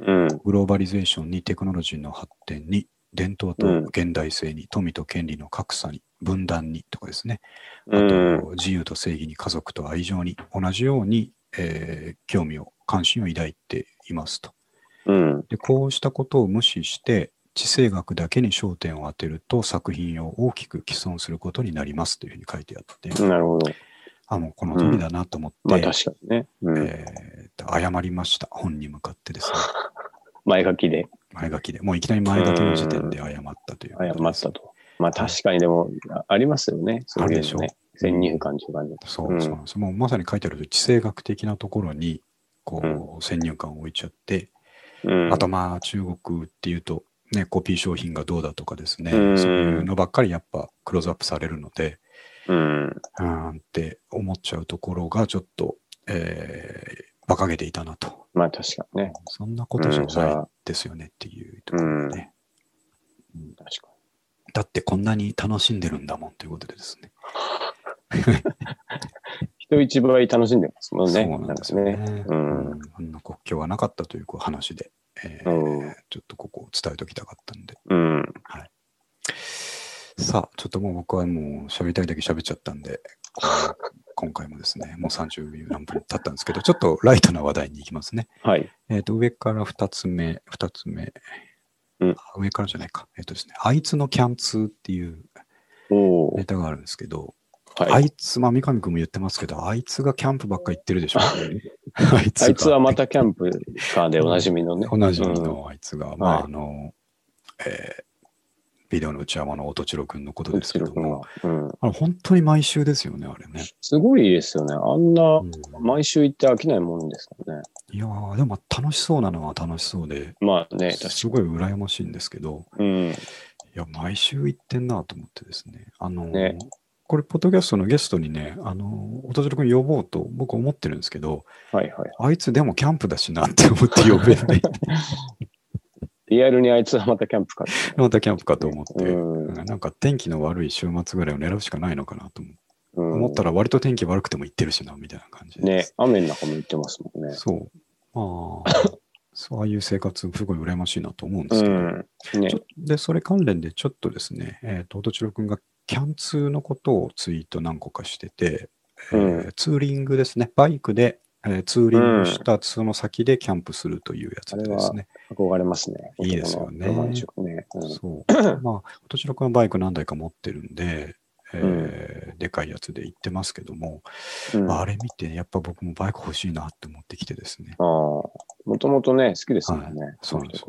Speaker 1: うん。
Speaker 2: グローバリゼーションにテクノロジーの発展に、伝統
Speaker 1: うん
Speaker 2: と現代性に、富と権利の格差に、分断にとかですね、あ
Speaker 1: う
Speaker 2: と
Speaker 1: ん。
Speaker 2: 自由と正義に、家族と愛情に、同じように、えー興味を、関心を抱いていますと。
Speaker 1: うん。
Speaker 2: でこうしたことを無視して地政学だけに焦点を当てると作品を大きく毀損することになりますというふうに書いてあって、
Speaker 1: なるほど。
Speaker 2: あもうこの通りだなと思って、
Speaker 1: まあ確かにね。うん。
Speaker 2: えーと謝りました本に向かってですね
Speaker 1: 前書きで
Speaker 2: 前書きでもういきなり前書きの時点で謝ったということ
Speaker 1: 謝
Speaker 2: です
Speaker 1: ったと。まあ確かにでも、あありますよね。そうい
Speaker 2: あ
Speaker 1: う
Speaker 2: るでしょ
Speaker 1: のね。先入観という感じ。
Speaker 2: そううんそうなんです、もうまさに書いてある地政学的なところにこう先入観を置いちゃって、
Speaker 1: うん。
Speaker 2: あとまあ中国っていうと、ね、コピー商品がどうだとかですね、
Speaker 1: うん
Speaker 2: そういうのばっかりやっぱクローズアップされるので、
Speaker 1: うん。
Speaker 2: うーんって思っちゃうところがちょっと、えー、馬鹿げていたなと。
Speaker 1: まあ確かにね。
Speaker 2: そんなことじゃ
Speaker 1: うんそれ
Speaker 2: ない
Speaker 1: は
Speaker 2: ですよねっていうところでね。
Speaker 1: 確か
Speaker 2: だってこんなに楽しんでるんだもんということでですね。
Speaker 1: に。人一倍楽しんでますもんね。
Speaker 2: そうなんですよね。
Speaker 1: なんかうん
Speaker 2: うんあんな国境はなかったというこう話で、えー
Speaker 1: うん
Speaker 2: ちょっとここを伝えておきたかったんで。
Speaker 1: うん。
Speaker 2: さあ、ちょっともう僕はもう喋りたいだけ喋っちゃったんで、こ う今回もですね、もう30何分経ったんですけど、ちょっとライトな話題に行きますね。
Speaker 1: はい。
Speaker 2: えっ、と、上から2つ目、2つ目、
Speaker 1: うん
Speaker 2: あ上からじゃないか。えっ、とですね、あいつのキャンツーっていう
Speaker 1: おお
Speaker 2: ネ。タがあるんですけど、
Speaker 1: は
Speaker 2: あ
Speaker 1: い。
Speaker 2: いつ、まあ、三上君も言ってますけど、あいつがキャンプばっか行ってるでしょ。 あいつが
Speaker 1: あいつはまたキャンプカーでおなじみのね。
Speaker 2: おなじみのあいつが、ま
Speaker 1: は
Speaker 2: あ
Speaker 1: い
Speaker 2: あの、えービデオの内山の音千代くんのこと
Speaker 1: うん。
Speaker 2: ですけども、
Speaker 1: うちの子がうん
Speaker 2: あれ本当に毎週ですよね、あれね。
Speaker 1: すごいですよね。あんな
Speaker 2: うん
Speaker 1: 毎週行って飽きないもんですかね。
Speaker 2: いやーでも楽しそうなのは楽しそうで、
Speaker 1: まあね、確
Speaker 2: すごい羨ましいんですけど、
Speaker 1: かに。うん。
Speaker 2: いや、毎週行ってんなと思ってですね。あの、
Speaker 1: ね
Speaker 2: これ、ポッドキャストのゲストにね、あの、おとじろくん呼ぼうと僕思ってるんですけど、
Speaker 1: はいはい。
Speaker 2: あいつでもキャンプだしなって思って呼べない。
Speaker 1: リアルにあいつはまたキャンプカーで
Speaker 2: またキャンプかと思って、
Speaker 1: うん
Speaker 2: なんか天気の悪い週末ぐらいを狙うしかないのかなと思,、
Speaker 1: うん
Speaker 2: 思ったら、割と天気悪くても行ってるしな、みたいな感じで
Speaker 1: ね
Speaker 2: す。、
Speaker 1: 雨の中も行ってますもんね。
Speaker 2: そう。まあ、 そうああいう生活、すごい羨ましいなと思うんで
Speaker 1: う
Speaker 2: すけど、
Speaker 1: ん。ね
Speaker 2: ちょ。で、それ関連でちょっとですね、えっ、と、音千代くんがキャンツーのことをツイート何個かしてて、えー
Speaker 1: う
Speaker 2: ツーリングですね、バイクで、えーツーリングしたその先でキャンプするというやつでですね、
Speaker 1: 憧れますね。
Speaker 2: いいですよね
Speaker 1: 男のロマンチックね。うん
Speaker 2: そう。まあ、音千代くんはバイク何台か持ってるんで、えーでかいやつで行ってますけども、
Speaker 1: うん
Speaker 2: まあ、あれ見て、やっぱ僕もバイク欲しいなって思ってきてですね。
Speaker 1: ああ、もともとね、好きですもんね。
Speaker 2: そうなんです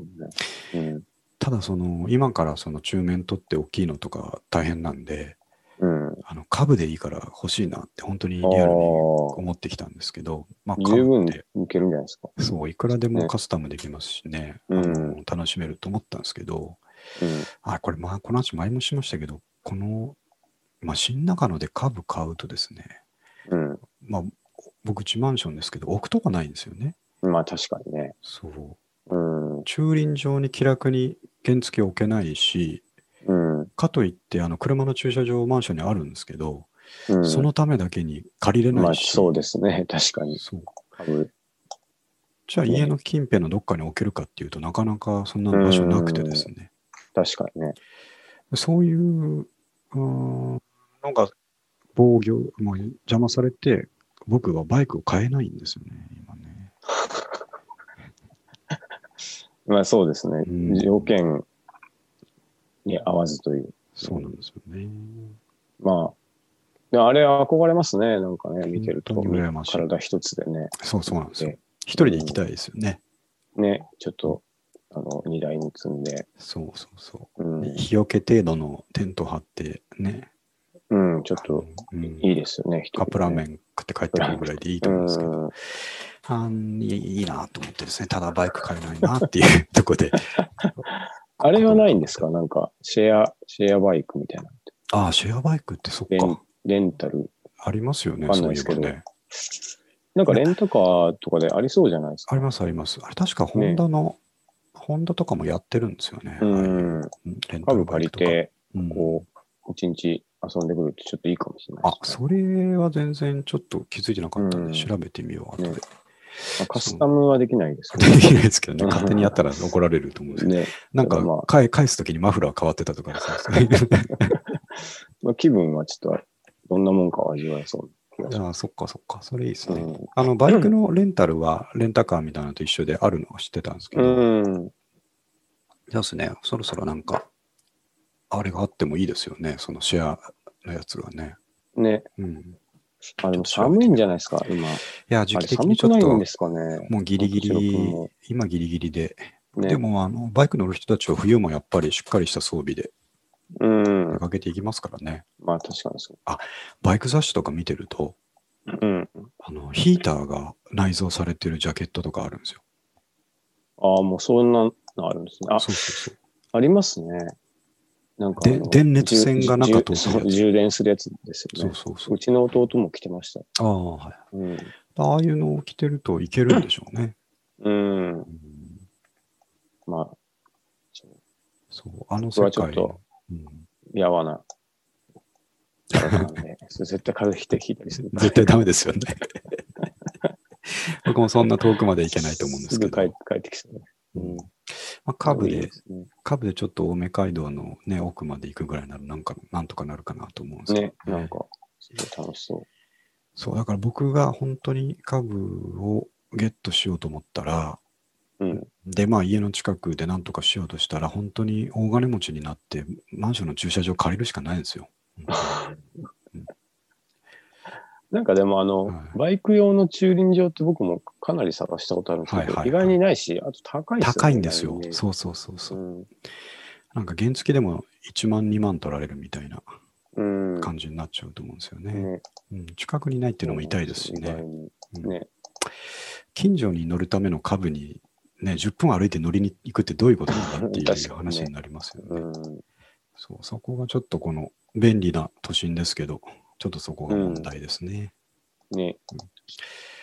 Speaker 2: よ
Speaker 1: うん。
Speaker 2: ただ、その、今からその中面取って大きいのとか大変なんで、
Speaker 1: うん。
Speaker 2: あの、株でいいから欲しいなって、本当にリアルに
Speaker 1: あ
Speaker 2: 思ってきたんですけど、まあ、
Speaker 1: あ、十分
Speaker 2: 株って
Speaker 1: いけるんじゃないですか。
Speaker 2: そう、いくらでも
Speaker 1: ね
Speaker 2: カスタムできますしね、
Speaker 1: うん
Speaker 2: あの楽しめると思ったんですけど、
Speaker 1: うん。
Speaker 2: あ、これ、まあ、この話前もしましたけど、この、まあ、新中野で株買うとですね、
Speaker 1: うん
Speaker 2: まあ、僕、うちマンションですけど、置くとこないんですよね。
Speaker 1: まあ確かにね。
Speaker 2: そう。
Speaker 1: うん。
Speaker 2: 駐輪場に気楽に原付置けないし、
Speaker 1: うん。
Speaker 2: かといって、あの、車の駐車場マンションにあるんですけど、
Speaker 1: うん、
Speaker 2: そのためだけに借りれ
Speaker 1: ま
Speaker 2: な
Speaker 1: あ
Speaker 2: いし、
Speaker 1: そうですね。確かに。
Speaker 2: そう。
Speaker 1: 株。
Speaker 2: じゃあ
Speaker 1: ね
Speaker 2: 家の近辺のどっかに置けるかっていうとなかなかそんな場所なくてですね。
Speaker 1: 確かにね。
Speaker 2: そういううーんのが防御、もう邪魔されて、僕はバイクを買えないんですよね、今ね。
Speaker 1: まあそうですね。
Speaker 2: うん
Speaker 1: 条件に合わずという。
Speaker 2: そうなんですよね。
Speaker 1: まあ。であれ憧れますね。なんかね、見てると。
Speaker 2: 本当に羨ましい
Speaker 1: 体一つでね。
Speaker 2: そうそうなんですよ
Speaker 1: で。
Speaker 2: 一人で行きたいですよね。
Speaker 1: ね、ちょっと、あの、荷台に積んで。
Speaker 2: そうそうそうう。
Speaker 1: ん。
Speaker 2: 日よけ程度のテント張ってね、
Speaker 1: うん、ちょっと、
Speaker 2: うん
Speaker 1: いいですよね。一
Speaker 2: カッ
Speaker 1: 人でね
Speaker 2: プラーメン食って帰ってくるぐらいでいいと思うんですけど。
Speaker 1: うん
Speaker 2: あんいいいいなと思ってですね、ただバイク買えないなっていう とこで。
Speaker 1: あれはないんですかなんか、シェア、シェアバイクみたいな。
Speaker 2: ああ、シェアバイクってそっ
Speaker 1: レン
Speaker 2: か、
Speaker 1: レンタル。
Speaker 2: ありますよね、
Speaker 1: わか
Speaker 2: そ
Speaker 1: んな
Speaker 2: う
Speaker 1: い
Speaker 2: い
Speaker 1: で
Speaker 2: え
Speaker 1: すけ
Speaker 2: ば
Speaker 1: ど
Speaker 2: ね。
Speaker 1: なんかレンタカーとかでありそうじゃないです
Speaker 2: あ
Speaker 1: か。
Speaker 2: りますあります。あれ確かホンダの、ホンダとかもやってるんですよね。
Speaker 1: う
Speaker 2: はいレン
Speaker 1: ん。
Speaker 2: タル
Speaker 1: 株
Speaker 2: バ
Speaker 1: 借
Speaker 2: イ
Speaker 1: り
Speaker 2: クとか。
Speaker 1: て、
Speaker 2: うん
Speaker 1: こう、一日遊んでくるってちょっといいかもしれない
Speaker 2: あ、
Speaker 1: です
Speaker 2: そ
Speaker 1: ね、
Speaker 2: れは全然ちょっと気づいてなかったんで、
Speaker 1: うん
Speaker 2: 調べてみよう、後
Speaker 1: ね
Speaker 2: で。
Speaker 1: まあカスタムはできないですけ
Speaker 2: できないですけどね、勝手にやったら怒られると思うんです
Speaker 1: ど
Speaker 2: けど、
Speaker 1: ね。
Speaker 2: なん
Speaker 1: ただま
Speaker 2: か
Speaker 1: あ
Speaker 2: 返返すときにマフラー変わってたとかそうですね
Speaker 1: まあ、気分はちょっと、どんなもんかは味わえそうな気がし
Speaker 2: ああ、そっかそっか、それいいです
Speaker 1: ま
Speaker 2: ね
Speaker 1: す。。
Speaker 2: あの、バイクのレンタルは、レンタカーみたいなのと一緒であるのは知ってたんですけ
Speaker 1: う
Speaker 2: ど、
Speaker 1: ん。うん
Speaker 2: そうですね、そろそろなんか、あれがあってもいいですよね、そのシェアのやつがね。
Speaker 1: ね。
Speaker 2: うん。い
Speaker 1: あ、でも寒いんじゃないですか、今。
Speaker 2: や、
Speaker 1: あ
Speaker 2: 時
Speaker 1: れ
Speaker 2: 期的に
Speaker 1: 寒
Speaker 2: ちょ
Speaker 1: く
Speaker 2: っ
Speaker 1: ないん
Speaker 2: と
Speaker 1: で、すかね。
Speaker 2: もうギリギ
Speaker 1: 後ろくん
Speaker 2: リ
Speaker 1: も、
Speaker 2: 今ギリギリで、
Speaker 1: ね、
Speaker 2: で、も、あの、バイク乗る人たちは冬もやっぱりしっかりした装備で
Speaker 1: うん
Speaker 2: 出。かけていきますからね。
Speaker 1: まあ確かにそ
Speaker 2: バイク雑誌とか見てると、
Speaker 1: う。うん。
Speaker 2: あの、ヒーターが内蔵されてるジャケットとかあるんですよ。
Speaker 1: ああ、もうそんなのあるんですね。あ、
Speaker 2: そうそうそう。
Speaker 1: ありますね。なんかあ
Speaker 2: で
Speaker 1: の。
Speaker 2: 電熱線が中通ってるやつ
Speaker 1: じゅそう充電するやつですよ
Speaker 2: そう
Speaker 1: ね。
Speaker 2: そう
Speaker 1: う
Speaker 2: そう。
Speaker 1: ちの弟も着てました。
Speaker 2: ああ、はい。
Speaker 1: うん。
Speaker 2: ああいうのを着てるといけるんでしょうね。
Speaker 1: うん。まあ、そう
Speaker 2: そう、あの
Speaker 1: 僕
Speaker 2: 世
Speaker 1: はちょ
Speaker 2: 界
Speaker 1: っと
Speaker 2: の。うん
Speaker 1: やわな。なん でそう絶対風邪ひいてひいたりする。
Speaker 2: 絶対ダメですよね。僕もそんな遠くまで行けないと思うんですけ
Speaker 1: す
Speaker 2: ど
Speaker 1: ぐ帰、って帰ってきそうね。うん
Speaker 2: まあ、カブ
Speaker 1: いい
Speaker 2: で、
Speaker 1: すね
Speaker 2: カブでちょっと青梅街道の、ね、奥まで行くぐらいなら、なんか、なんとかなるかなと思うんですけど、
Speaker 1: ね、なんか、すごい楽しそう。
Speaker 2: そう、だから僕が本当にカブをゲットしようと思ったら、
Speaker 1: うん。
Speaker 2: で、まあ家の近くでなんとかしようとしたら、本当に大金持ちになって、マンションの駐車場借りるしかないんですよ。うん
Speaker 1: なんかでもあの、
Speaker 2: はい
Speaker 1: バイク用の駐輪場って僕もかなり探したことあるんですけど、
Speaker 2: はいはいはい
Speaker 1: 意外にないし、あと高い
Speaker 2: 高いんですよ
Speaker 1: 意。外にね
Speaker 2: そうそうそうそう。
Speaker 1: うん
Speaker 2: なんか原付でも1万2万取られるみたいな
Speaker 1: うん。
Speaker 2: 感じになっちゃうと思うんですよね。
Speaker 1: ね
Speaker 2: うん、近くにないっていうのも痛いですし
Speaker 1: 意外
Speaker 2: ね。
Speaker 1: に
Speaker 2: うん
Speaker 1: ね。
Speaker 2: 近所に乗るための株に、ね、10分歩いて乗りに行くってどういうことなんだって
Speaker 1: 確
Speaker 2: いう
Speaker 1: かにね
Speaker 2: 話になりますよね。
Speaker 1: うん。
Speaker 2: そうそこがちょっとこの便利な都心ですけど、ちょっとそこが問題ですね。
Speaker 1: ね。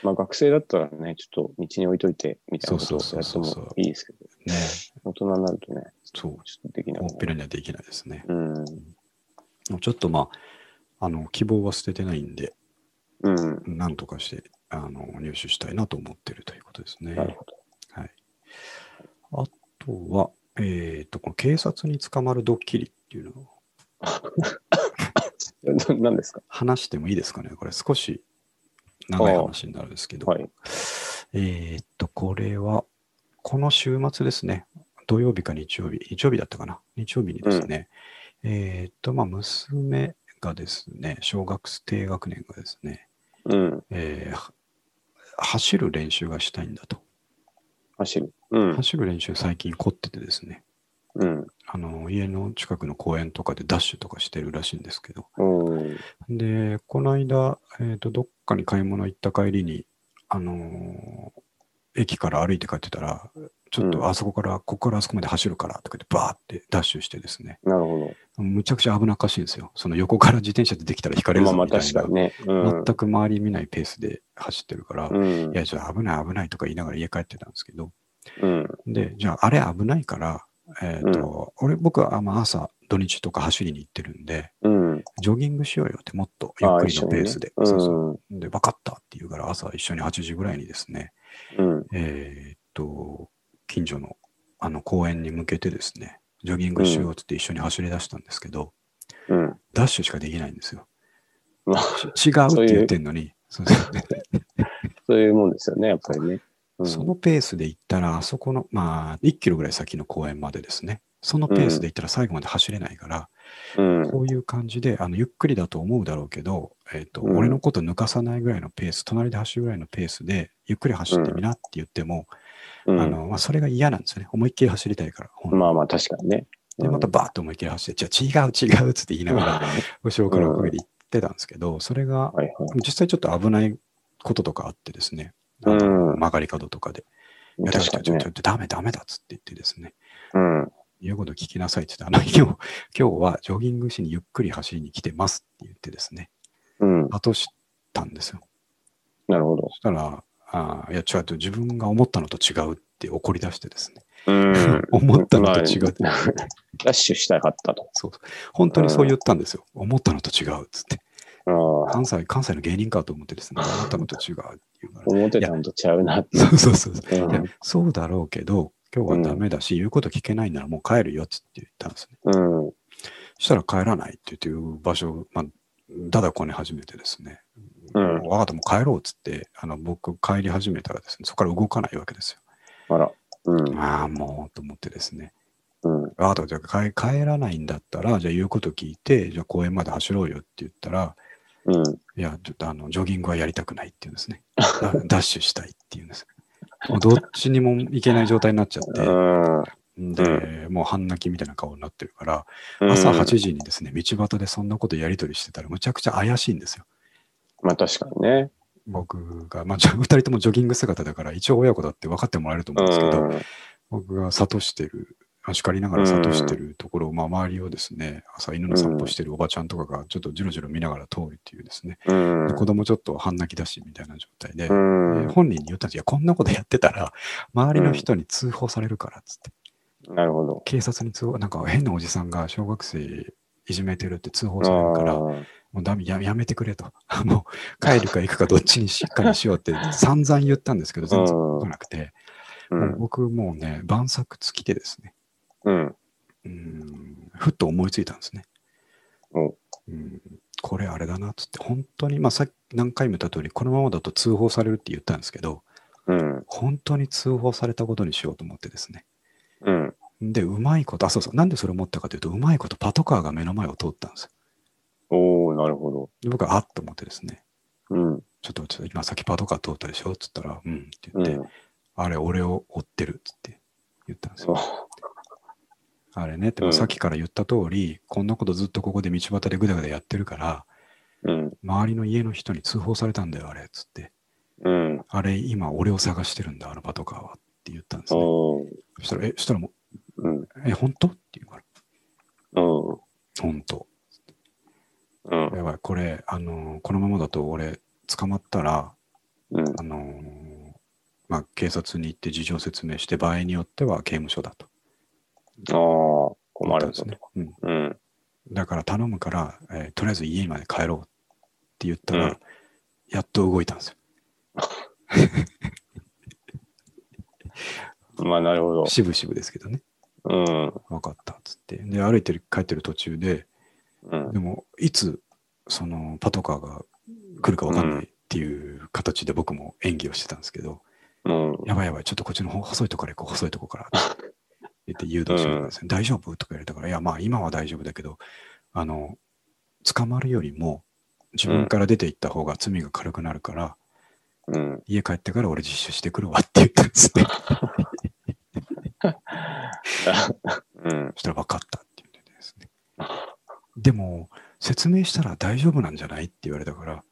Speaker 1: まあ学生だったらね、ちょっと道に置いといてみたいなことを
Speaker 2: そ
Speaker 1: や
Speaker 2: う
Speaker 1: って
Speaker 2: そうそうそう
Speaker 1: もいいですけど、
Speaker 2: ね
Speaker 1: 大人になるとね、
Speaker 2: そう、
Speaker 1: ちょっとできな
Speaker 2: 大
Speaker 1: い
Speaker 2: っぺらにはできないですね。
Speaker 1: うん。
Speaker 2: ちょっとまあ、あの希望は捨ててないんで、
Speaker 1: うん。
Speaker 2: なんとかしてあの入手したいなと思ってるということですね。
Speaker 1: なるほど。
Speaker 2: はい、あとは、えっとこの警察に捕まるドッキリっていうのを
Speaker 1: えな何ですか
Speaker 2: 話してもいいですかね、これ少し長い話になるんですけど、
Speaker 1: はい。
Speaker 2: えっと、これはこの週末ですね、土曜日か日曜日、日曜日だったかな、日曜日にですね、えっと、まあ、娘がですね、小学生低学年がですね、
Speaker 1: うん。
Speaker 2: えーは走る練習がしたいんだと。
Speaker 1: 走る。うん。
Speaker 2: 走る練習最近凝っててですね、
Speaker 1: うん。
Speaker 2: あの、家の近くの公園とかでダッシュとかしてるらしいんですけど、
Speaker 1: お
Speaker 2: で、この間、えっ、と、どっかに買い物行った帰りに、あのー駅から歩いて帰ってたら、ちょっ
Speaker 1: うん
Speaker 2: とあそこから、ここからあそこまで走るからとか言って、バーってダッシュしてですね、
Speaker 1: なるほ
Speaker 2: むちゃくちゃ危なっかしいんですよ。その横から自転車でできたら引かれ
Speaker 1: ど。
Speaker 2: る
Speaker 1: ま
Speaker 2: ぞ
Speaker 1: あまあ
Speaker 2: みた
Speaker 1: 確
Speaker 2: い
Speaker 1: か
Speaker 2: な、
Speaker 1: にね。うん。
Speaker 2: 全く周り見ないペースで走ってるから、い
Speaker 1: うん。
Speaker 2: や、じゃあ危ない危ないとか言いながら家帰ってたんですけど、
Speaker 1: うん。
Speaker 2: で、じゃああれ危ないから、えっ、と、俺、僕はあまあ朝、土日とか走りに行ってるんで、
Speaker 1: うん。
Speaker 2: ジョギングしようよって、もっとゆ
Speaker 1: あ
Speaker 2: っ
Speaker 1: あ
Speaker 2: くり
Speaker 1: 一緒
Speaker 2: の
Speaker 1: にね
Speaker 2: ペースで。
Speaker 1: うん。
Speaker 2: そうそうで、分かったって言うから、朝一緒に8時ぐらいにですね、
Speaker 1: うん。
Speaker 2: えーっと、近所のあの公園に向けてですね、ジョギングしようってって一緒に走り出したんですけど、
Speaker 1: うん。
Speaker 2: ダッシュしかできないんですよ。
Speaker 1: まあ、
Speaker 2: 違うって言ってんの に、そうそう
Speaker 1: そういうもんですよね、やっぱりね。うん
Speaker 2: そのペースで行ったら、あそこの、まあ、1キロぐらい先の公園までですね、そのペースで行ったら最後まで走れないから、
Speaker 1: うん。
Speaker 2: こういう感じで、あのゆっくりだと思うだろうけど、えーと
Speaker 1: うん
Speaker 2: 俺のこと抜かさないぐらいのペース、隣で走るぐらいのペースで、ゆっくり走ってみなって言っても、
Speaker 1: うん
Speaker 2: あのまあ、それが嫌なんですよね。思いっきり走りたいから。本当に
Speaker 1: まあまあ確かにね。
Speaker 2: で、またバーッと思いっきり走って、じゃあ違う違うっつって言いながら、
Speaker 1: は
Speaker 2: 後ろから追っかけて行ってたんですけど、それが
Speaker 1: いはい。
Speaker 2: 実際ちょっと危ないこととかあってですね、あ
Speaker 1: う
Speaker 2: の
Speaker 1: ん
Speaker 2: 曲がり角とかで、いや
Speaker 1: 確か
Speaker 2: ち
Speaker 1: に
Speaker 2: ょっ
Speaker 1: ね
Speaker 2: と。ダメダメだっつって言ってですね、
Speaker 1: うん。
Speaker 2: 言うこと聞きなさいって言って、あの、今日、今日はジョギングしにゆっくり走りに来てますって言ってですね、
Speaker 1: うん。
Speaker 2: 後したんですよ。
Speaker 1: なるほど
Speaker 2: そ。したら、あーいや、違うと、自分が思ったのと違うって怒り出してですね。
Speaker 1: うん。
Speaker 2: 思ったのと違うって、
Speaker 1: まあダッシュしたかったと。
Speaker 2: そう本当にそう言ったんですよ。思ったのと違うっつって。
Speaker 1: ああ
Speaker 2: 関西、関西の芸人かと思ってですね、思ったのと違うって言うから。
Speaker 1: 思ってたのとちゃうなって。
Speaker 2: そうそうそうそう。
Speaker 1: うん
Speaker 2: いや、そうだろうけど、今日はダメだし、言うこと聞けないならもう帰るよっつって言ったんですね。
Speaker 1: うん。
Speaker 2: そしたら帰らないって言って、場所、まあ、だだこね始めてですね。
Speaker 1: うん
Speaker 2: 分かった、もう帰ろうっつって、あの、僕帰り始めたらですね、そこから動かないわけですよ。
Speaker 1: あら。うん。
Speaker 2: ああ、もうと思ってですね。
Speaker 1: うん。
Speaker 2: あと、じゃあ帰帰らないんだったら、じゃあ言うこと聞いて、じゃあ公園まで走ろうよって言ったら、
Speaker 1: うん。
Speaker 2: いや、ちょっとあの、ジョギングはやりたくないって言うん ですね。ダダッシュしたいって言うんです。もうどっちにも行けない状態になっちゃって、
Speaker 1: うん
Speaker 2: で、もう半泣きみたいな顔になってるから、
Speaker 1: うん
Speaker 2: 朝8時にですね、道端でそんなことやりとりしてたら、むちゃくちゃ怪しいんですよ。
Speaker 1: まあ確かにね。
Speaker 2: 僕が、まあ、じゃ2人ともジョギング姿だから、一応親子だって分かってもらえると思
Speaker 1: う
Speaker 2: うんですけど、
Speaker 1: ん。
Speaker 2: 僕が諭してる、あ叱りながら諭してるところを、まあ、周りをですね、朝犬の散歩してるおばちゃんとかが、ちょっとじろじろ見ながら通るっていうですね、
Speaker 1: うん。
Speaker 2: 子供ちょっと半泣きだしみたいな状態で、
Speaker 1: うん
Speaker 2: えー本人に言ったんですよ、こんなことやってたら、周りの人に通報されるからっつって、
Speaker 1: なるほど。
Speaker 2: 警察に通報、なんか変なおじさんが小学生いじめてるって通報されるから、も
Speaker 1: あ
Speaker 2: うダメややめてくれと、 もう帰るか行くかどっちにしっかり しようって散々言ったんですけど、全然来なくて、
Speaker 1: あ。う。
Speaker 2: もうん僕もうね、晩作尽きてですね、
Speaker 1: うん。
Speaker 2: うーんふっと思いついたんですね。
Speaker 1: お
Speaker 2: うん、これあれだなっつって、本当に、まあ、さっき何回も言った通り、このままだと通報されるって言ったんですけど、
Speaker 1: うん。
Speaker 2: 本当に通報されたことにしようと思ってですね。
Speaker 1: うん。
Speaker 2: で、うまいこと、あ、そうそう、なんでそれ思ったかというと、うまいことパトカーが目の前を通ったんですよ。
Speaker 1: おおなるほど。
Speaker 2: で僕は、あっと思ってですね、
Speaker 1: うん。
Speaker 2: ちょっとちょっと今さっきパトカー通ったでしょっつったら、うんって
Speaker 1: う
Speaker 2: 言って、
Speaker 1: ん。
Speaker 2: あれ俺を追ってるっつって言ったんですよ
Speaker 1: そう。
Speaker 2: あれね、で
Speaker 1: う
Speaker 2: も
Speaker 1: ん
Speaker 2: さっきから言った通り、こんなことずっとここで道端でぐだぐだやってるから、
Speaker 1: うん。
Speaker 2: 周りの家の人に通報されたんだよ、あれ、つって。
Speaker 1: うん。
Speaker 2: あれ、今俺を探してるんだ、あのパトカーは。って言ったんですね。
Speaker 1: おー
Speaker 2: そしたら、え、そしたらも
Speaker 1: うん。
Speaker 2: う、え、本当って言うから、
Speaker 1: うん。
Speaker 2: 本当。
Speaker 1: うん。
Speaker 2: やばい、これ、あのーこのままだと俺、捕まったら、
Speaker 1: うん。
Speaker 2: あのーまあ、警察に行って事情説明して、場合によっては刑務所だと。
Speaker 1: ああ、
Speaker 2: 思
Speaker 1: 困
Speaker 2: ったん
Speaker 1: る
Speaker 2: です
Speaker 1: ぞ
Speaker 2: ね
Speaker 1: と。。
Speaker 2: うん。
Speaker 1: うん。
Speaker 2: だから頼むから、えーとりあえず家まで帰ろうって言ったら、
Speaker 1: うん
Speaker 2: やっと動いたんですよ。
Speaker 1: まあ、なるほど。
Speaker 2: 渋々ですけどね。
Speaker 1: うん。
Speaker 2: 分かったっつって。で、歩いてる、帰ってる途中で、
Speaker 1: うん
Speaker 2: で。も、いつ、その、パトカーが来るか分かんないっていう形で僕も演技をしてたんですけど、
Speaker 1: うん。
Speaker 2: やばいやばい、ちょっとこっちの方細いとこから行こう、細いとこからって言って誘導してくれたんですね。大丈夫とか言われたから、いや、まあ今は大丈夫だけど、あの、捕まるよりも自分から出て行った方が罪が軽くなるから、
Speaker 1: うん。
Speaker 2: 家帰ってから俺実習してくるわって言ったんです ね。
Speaker 1: うん。
Speaker 2: そしたら分かったって言ってですね。でも、説明したら大丈夫なんじゃないって言われたから、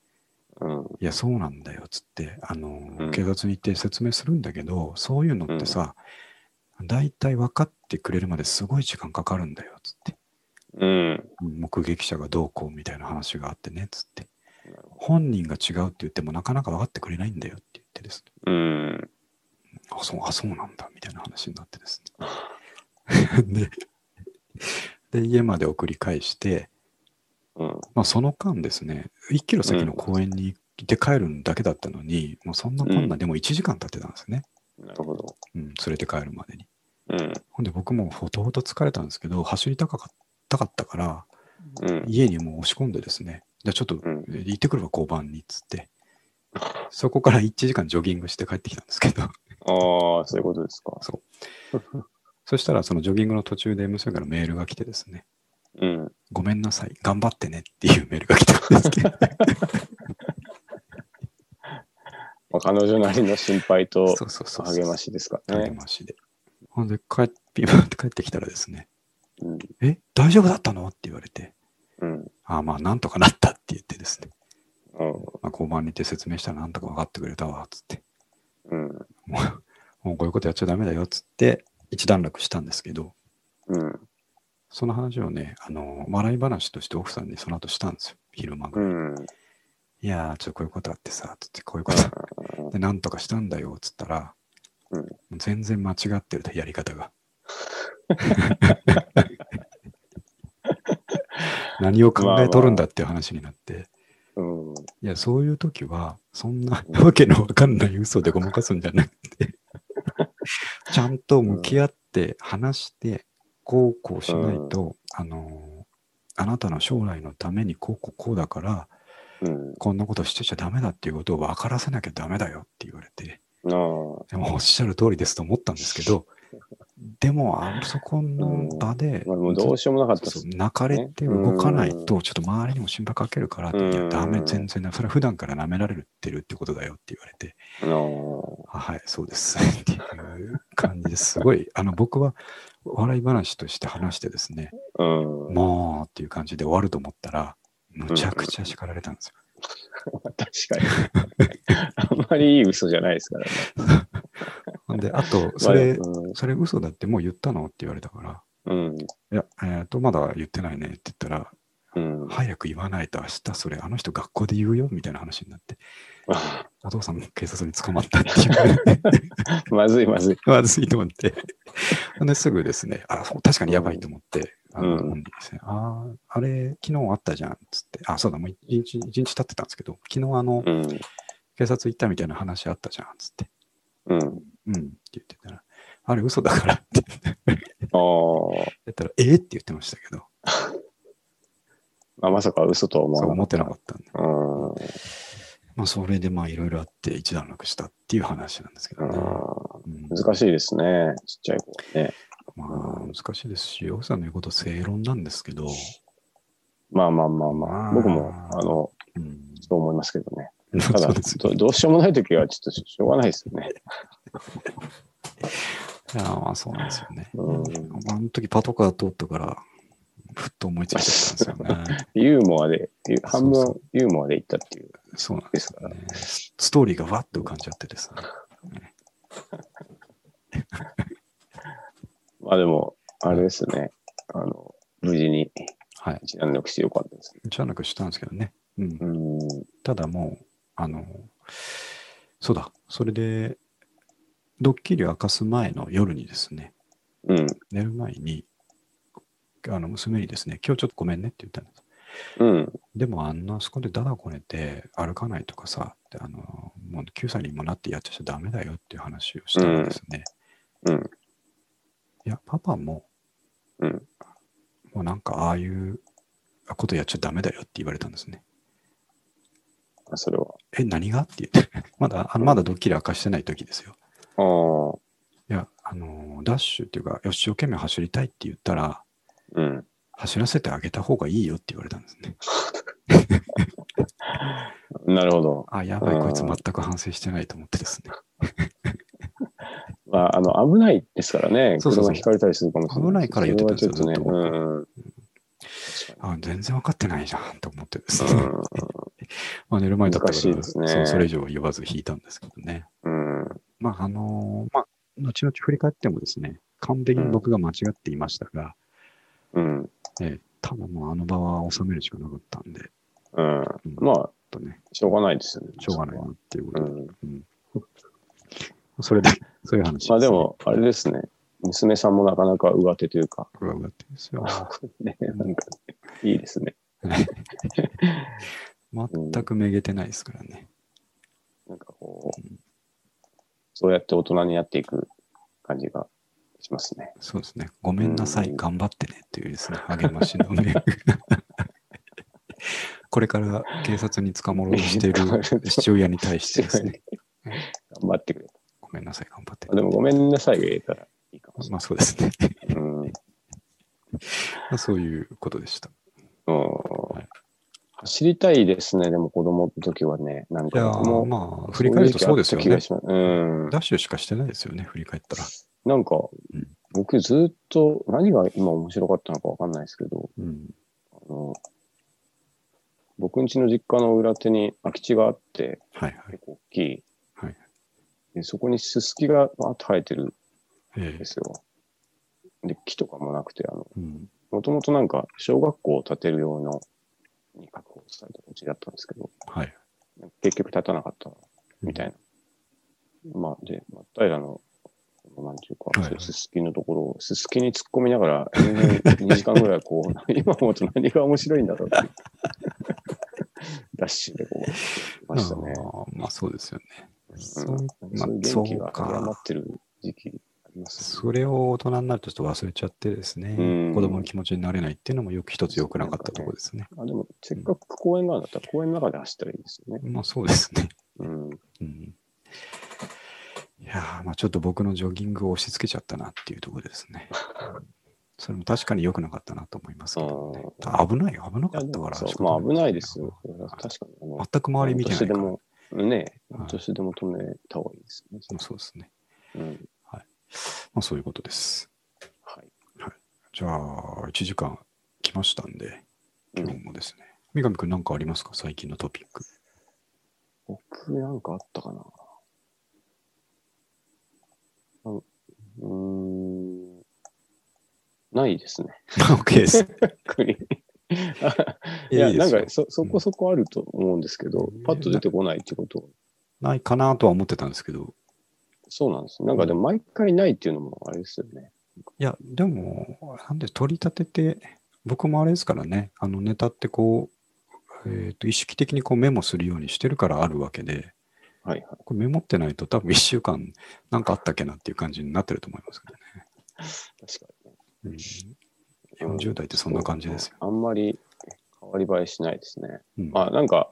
Speaker 1: うん。
Speaker 2: いや、そうなんだよ、つって、あの、
Speaker 1: うん
Speaker 2: 警察に行って説明するんだけど、そういうのってさ、大体分かってくれるまですごい時間かかるんだよ、つって。
Speaker 1: うん。
Speaker 2: うん目撃者がどうこうみたいな話があってね、つって。本人が違うって言ってもなかなか分かってくれないんだよって言ってですね。
Speaker 1: うん。
Speaker 2: あ、そう、あ、そうなんだ、みたいな話になってです ね。で、で、家まで送り返して、
Speaker 1: うん。
Speaker 2: まあ、その間ですね、1キロ先の公園に行って帰るだけだったのに、もうそんなこんなでも1時間経ってたんですね。
Speaker 1: なるほど。
Speaker 2: うん、連れて帰るまでに。
Speaker 1: うん。
Speaker 2: ほんで、僕もほとほと疲れたんですけど、走りたかったかったから、
Speaker 1: うん。
Speaker 2: 家にもう押し込んでですね、じゃあちょっと
Speaker 1: うん。
Speaker 2: 行ってくるわ、交番に、っつって。そこから1時間ジョギングして帰ってきたんですけど、
Speaker 1: ああ、そういうことですか。
Speaker 2: そしたらそのジョギングの途中で娘からメールが来てですね、
Speaker 1: うん。
Speaker 2: ごめんなさい、頑張ってねっていうメールが来たんです けど、
Speaker 1: まあ、彼女なりの心配と
Speaker 2: そうそうそうそう
Speaker 1: 励ましですか
Speaker 2: 励
Speaker 1: ね。
Speaker 2: ましで。ほんで、帰っピバって帰ってきたらですね、
Speaker 1: うん。
Speaker 2: え、大丈夫だったのって言われて、
Speaker 1: うん。
Speaker 2: ああ、まあ、なんとかなったって言ってですね、
Speaker 1: うん。
Speaker 2: まあ、交番に行って説明したらなんとか分かってくれたわ、つって、
Speaker 1: うん。
Speaker 2: もう、もうこういうことやっちゃダメだよ、つって、一段落したんですけど、
Speaker 1: うん。
Speaker 2: その話をね、あの、笑い話として奥さんにその後したんですよ、昼間ぐ
Speaker 1: う
Speaker 2: らい。
Speaker 1: ん。
Speaker 2: いやー、ちょっとこういうことあってさ、つって、こういうことで、なんとかしたんだよ、つったら、
Speaker 1: うん
Speaker 2: もう全然間違ってると、やり方が。何を考えとるんだっていう話になって、
Speaker 1: うん。
Speaker 2: いや、そういう時は、そんなわけのわかんない嘘でごまかすんじゃなくて、ちゃんと向き合って話して、こうこうしないと、あの、あなたの将来のためにこうこうこうだから、
Speaker 1: うん。
Speaker 2: こんなことしてちゃダメだっていうことを分からせなきゃダメだよって言われて、
Speaker 1: ああ。
Speaker 2: でもおっしゃる通りですと思ったんですけ ど、でも、あそこの場で、
Speaker 1: まあ、もうどうしようもなかったで
Speaker 2: そうそ
Speaker 1: す
Speaker 2: う。泣かれて動かないと、ちょっと周りにも心配かけるからって、
Speaker 1: うん
Speaker 2: いや、ダメ、全然ダメそれは普段から舐められてるってことだよって言われて、
Speaker 1: あの
Speaker 2: あはい、そうです。 っていう感じですごい、あの、僕は笑い話として話してですね、
Speaker 1: うん。
Speaker 2: もうっていう感じで終わると思ったら、むちゃくちゃ叱られたんですよ。
Speaker 1: 確かに。あんまりいい嘘じゃないですからね。
Speaker 2: ほんで、あと、それ、
Speaker 1: まあ
Speaker 2: それ嘘だってもう言ったのって言われたから、
Speaker 1: うん。
Speaker 2: いや、えっと、まだ言ってないねって言ったら、
Speaker 1: うん。
Speaker 2: 早く言わないと明日それあの人学校で言うよみたいな話になってお父さんも警察に捕まったっていう
Speaker 1: まずいまずい。
Speaker 2: まずいと思ってですぐですねあそう確かにやばいと思って、あの
Speaker 1: うん
Speaker 2: 本人ですねあーあれ昨日あったじゃんっつってあそうだもう一日一日経ってたんですけど昨日あの
Speaker 1: うん。
Speaker 2: 警察行ったみたいな話あったじゃんっつって
Speaker 1: うん。
Speaker 2: うんって言ってたらあれ嘘だからって
Speaker 1: ああ。
Speaker 2: 言ったらえーって言ってましたけど
Speaker 1: まあ、まさか嘘とは思
Speaker 2: そう
Speaker 1: わ
Speaker 2: 思
Speaker 1: な
Speaker 2: ってな
Speaker 1: か
Speaker 2: か
Speaker 1: っ
Speaker 2: ったんで、
Speaker 1: た。うん。うん
Speaker 2: まあ、それでまあいろいろあって一段落したっていう話なんですけどね、うん
Speaker 1: 難しいですね。ちっちゃい子はね。
Speaker 2: まあ、難しいですし、奥さんの言うこと正論なんですけど、
Speaker 1: まあまあまあま
Speaker 2: まあ
Speaker 1: あ。僕も、あの、
Speaker 2: うん、
Speaker 1: そう思いますけどね。た
Speaker 2: そ
Speaker 1: だ
Speaker 2: うです
Speaker 1: ど、どうしようもない時はちょっとしょうがないですよね。
Speaker 2: いやまあそうなんですよね。
Speaker 1: うん
Speaker 2: あの時パトカー通ったから、ふっと思いついちゃったんですよ ね。
Speaker 1: ユーモアで、ゆ
Speaker 2: そうそう
Speaker 1: 半分ユーモアでいったっていう
Speaker 2: そうなんで
Speaker 1: です
Speaker 2: す
Speaker 1: から
Speaker 2: よ。ね。ストーリーがわっと浮かんじゃってですね。
Speaker 1: まあでも、あれですね。あの、無事に
Speaker 2: はい。
Speaker 1: 一段落してよかったですね。
Speaker 2: じゃなくしたんですけどね。うん。
Speaker 1: うん。
Speaker 2: ただもう、あの、そうだ、それで、ドッキリを明かす前の夜にですね、
Speaker 1: うん。
Speaker 2: 寝る前に、あの娘にですね、今日ちょっとごめんねって言ったんです。
Speaker 1: うん。
Speaker 2: でもあんなあそこでダダこねて歩かないとかさ、ってあのもう9歳にもなってやっちゃダメだよっていう話をしたんですね。
Speaker 1: うん。
Speaker 2: いや、パパも、
Speaker 1: うん。
Speaker 2: もうなんかああいうことやっちゃダメだよって言われたんですね。
Speaker 1: あそれは。
Speaker 2: え、何がって言って、 まだ、あのまだドッキリ明かしてない時ですよ。
Speaker 1: ああ。
Speaker 2: いや、あのー、ダッシュっていうか、よし一生懸命走りたいって言ったら、
Speaker 1: うん。
Speaker 2: 走らせてあげた方がいいよって言われたんですね。
Speaker 1: なるほど。
Speaker 2: あ、やばい、
Speaker 1: うん
Speaker 2: こいつ全く反省してないと思ってですね。
Speaker 1: まあ、あの、危ないですからね。
Speaker 2: そうそうそう
Speaker 1: 車ひかれたりするかもしれない。
Speaker 2: 危ないから言ってたんですよ
Speaker 1: それはちょっとね。うん。うん
Speaker 2: あ、全然分かってないじゃんと思ってですね。
Speaker 1: う
Speaker 2: まあ寝る前だったから、
Speaker 1: 難しいですね
Speaker 2: そうそれ以上は言わず引いたんですけどね。
Speaker 1: ん。うん
Speaker 2: まあ、あのーまあ、後々振り返ってもですね、完璧に僕が間違っていましたが、
Speaker 1: うん。
Speaker 2: えーただもうあの場は収めるしかなかったんで、
Speaker 1: う
Speaker 2: う
Speaker 1: ん。
Speaker 2: ん
Speaker 1: まあ、
Speaker 2: ちょっとね、
Speaker 1: しょうがないですよね。
Speaker 2: しょうがないなっていうこ
Speaker 1: う
Speaker 2: とで、
Speaker 1: ん。
Speaker 2: それで、そういう話すね
Speaker 1: まあで、も、あれですね。娘さんもなかなか上手とい うか、
Speaker 2: 僕は上手ですよ。
Speaker 1: ね、なんか、いいですね。
Speaker 2: 全くめげてないですからね。
Speaker 1: なんかこう、そうやって大人になっていく感じがしますね。
Speaker 2: そうですね。ごめんなさい、
Speaker 1: うん
Speaker 2: 頑張ってねっていうですね、励ましのメール これから警察に捕まろうとしている父親に対してですね、
Speaker 1: 頑張ってくれ。
Speaker 2: ごめんなさい、頑張って
Speaker 1: で
Speaker 2: ね。
Speaker 1: も、ごめんなさいが言えたらいいかもし
Speaker 2: まあそうですね。
Speaker 1: れない。うん。うん
Speaker 2: まあそういうことでした。い
Speaker 1: 走りたいですね、でも子供の時はね。なん
Speaker 2: いや
Speaker 1: か僕
Speaker 2: ー、
Speaker 1: も、
Speaker 2: まあ、振り返るとそうですよ
Speaker 1: い時期あ
Speaker 2: ね
Speaker 1: った気が。しますうん。
Speaker 2: ダッシュしかしてないですよね、振り返ったら。
Speaker 1: なんか
Speaker 2: ん、
Speaker 1: 僕ずっと、何が今面白かったのかわかんないですけど、
Speaker 2: うん。
Speaker 1: あの、僕ん家の実家の裏手に空き地があって、
Speaker 2: はいはい。
Speaker 1: 結構大きい。
Speaker 2: はい
Speaker 1: でそこにススキがバーッと生えてるん
Speaker 2: え
Speaker 1: ですよ。で、木とかもなくて、あの、
Speaker 2: えうん。
Speaker 1: もともとなんか、小学校を建てる用の、に確保された土地だったんですけど、
Speaker 2: はい。
Speaker 1: 結局建たなかったみたいな。まあ、で、まあ、平の、なんていうか、
Speaker 2: はいはい
Speaker 1: すすきのところを、すすきに突っ込みながら、延々2時間ぐらいこう、 今思うと何が面白いんだろうっていうダッシュでこう、行きましたね。
Speaker 2: あーまあそうですよね。そう
Speaker 1: うん、
Speaker 2: ま
Speaker 1: そ
Speaker 2: あ
Speaker 1: ういう
Speaker 2: そ
Speaker 1: 元気
Speaker 2: う
Speaker 1: が
Speaker 2: か。
Speaker 1: 高まってる時期あります
Speaker 2: それを大人になるとちょっと忘れちゃってですね、
Speaker 1: うん
Speaker 2: 子供の気持ちになれないっていうのもよく一つ良くなかったところですね。
Speaker 1: ね。あでも、せっかく公園があるんだったら、公園の中で走ったらいいですよね。
Speaker 2: まあそうですね。
Speaker 1: うん。
Speaker 2: うん、いやーまあちょっと僕のジョギングを押し付けちゃったなっていうところですね。それも確かに良くなかったなと思いますけどね。
Speaker 1: あ
Speaker 2: ただ危ないよ、危なか
Speaker 1: い
Speaker 2: っ
Speaker 1: やで
Speaker 2: たか
Speaker 1: も
Speaker 2: ら
Speaker 1: そ
Speaker 2: 仕
Speaker 1: う
Speaker 2: 方ない。
Speaker 1: まあ危ないですよ。これは確かに。あの
Speaker 2: 全く周り見てないから。
Speaker 1: でも、ね、
Speaker 2: はい
Speaker 1: 年でも止めた方がいいですね。
Speaker 2: まあそうですね。
Speaker 1: うん。
Speaker 2: まあそういうことです。
Speaker 1: はい。
Speaker 2: じゃあ、1時間来ましたんで、
Speaker 1: う
Speaker 2: 今
Speaker 1: ん、
Speaker 2: 日もですね。三上くん何かありますか最近のトピック。
Speaker 1: 僕なんかあったかな。あうーん。 ないですね。
Speaker 2: OK です。
Speaker 1: 特にい
Speaker 2: いや
Speaker 1: や、
Speaker 2: いいで
Speaker 1: なん
Speaker 2: すよ
Speaker 1: かそそこそこあると思うんですけど、
Speaker 2: うん
Speaker 1: パッと出てこないってこと、
Speaker 2: ないかなとは思ってたんですけど、
Speaker 1: そうなんです。なんかでも毎回ないっていうのもあれですよね。
Speaker 2: いや、でも、なんで取り立てて、僕もあれですからね、あのネタってこう、えーと意識的にこうメモするようにしてるからあるわけで、
Speaker 1: はいはい。
Speaker 2: これメモってないと多分1週間なんかあったっけなっていう感じになってると思いますけ
Speaker 1: 確かにね。
Speaker 2: どね。うん、40代ってそんな感じですよ。
Speaker 1: あんまり変わり映えしないですね。
Speaker 2: うん、あ
Speaker 1: まあなんか、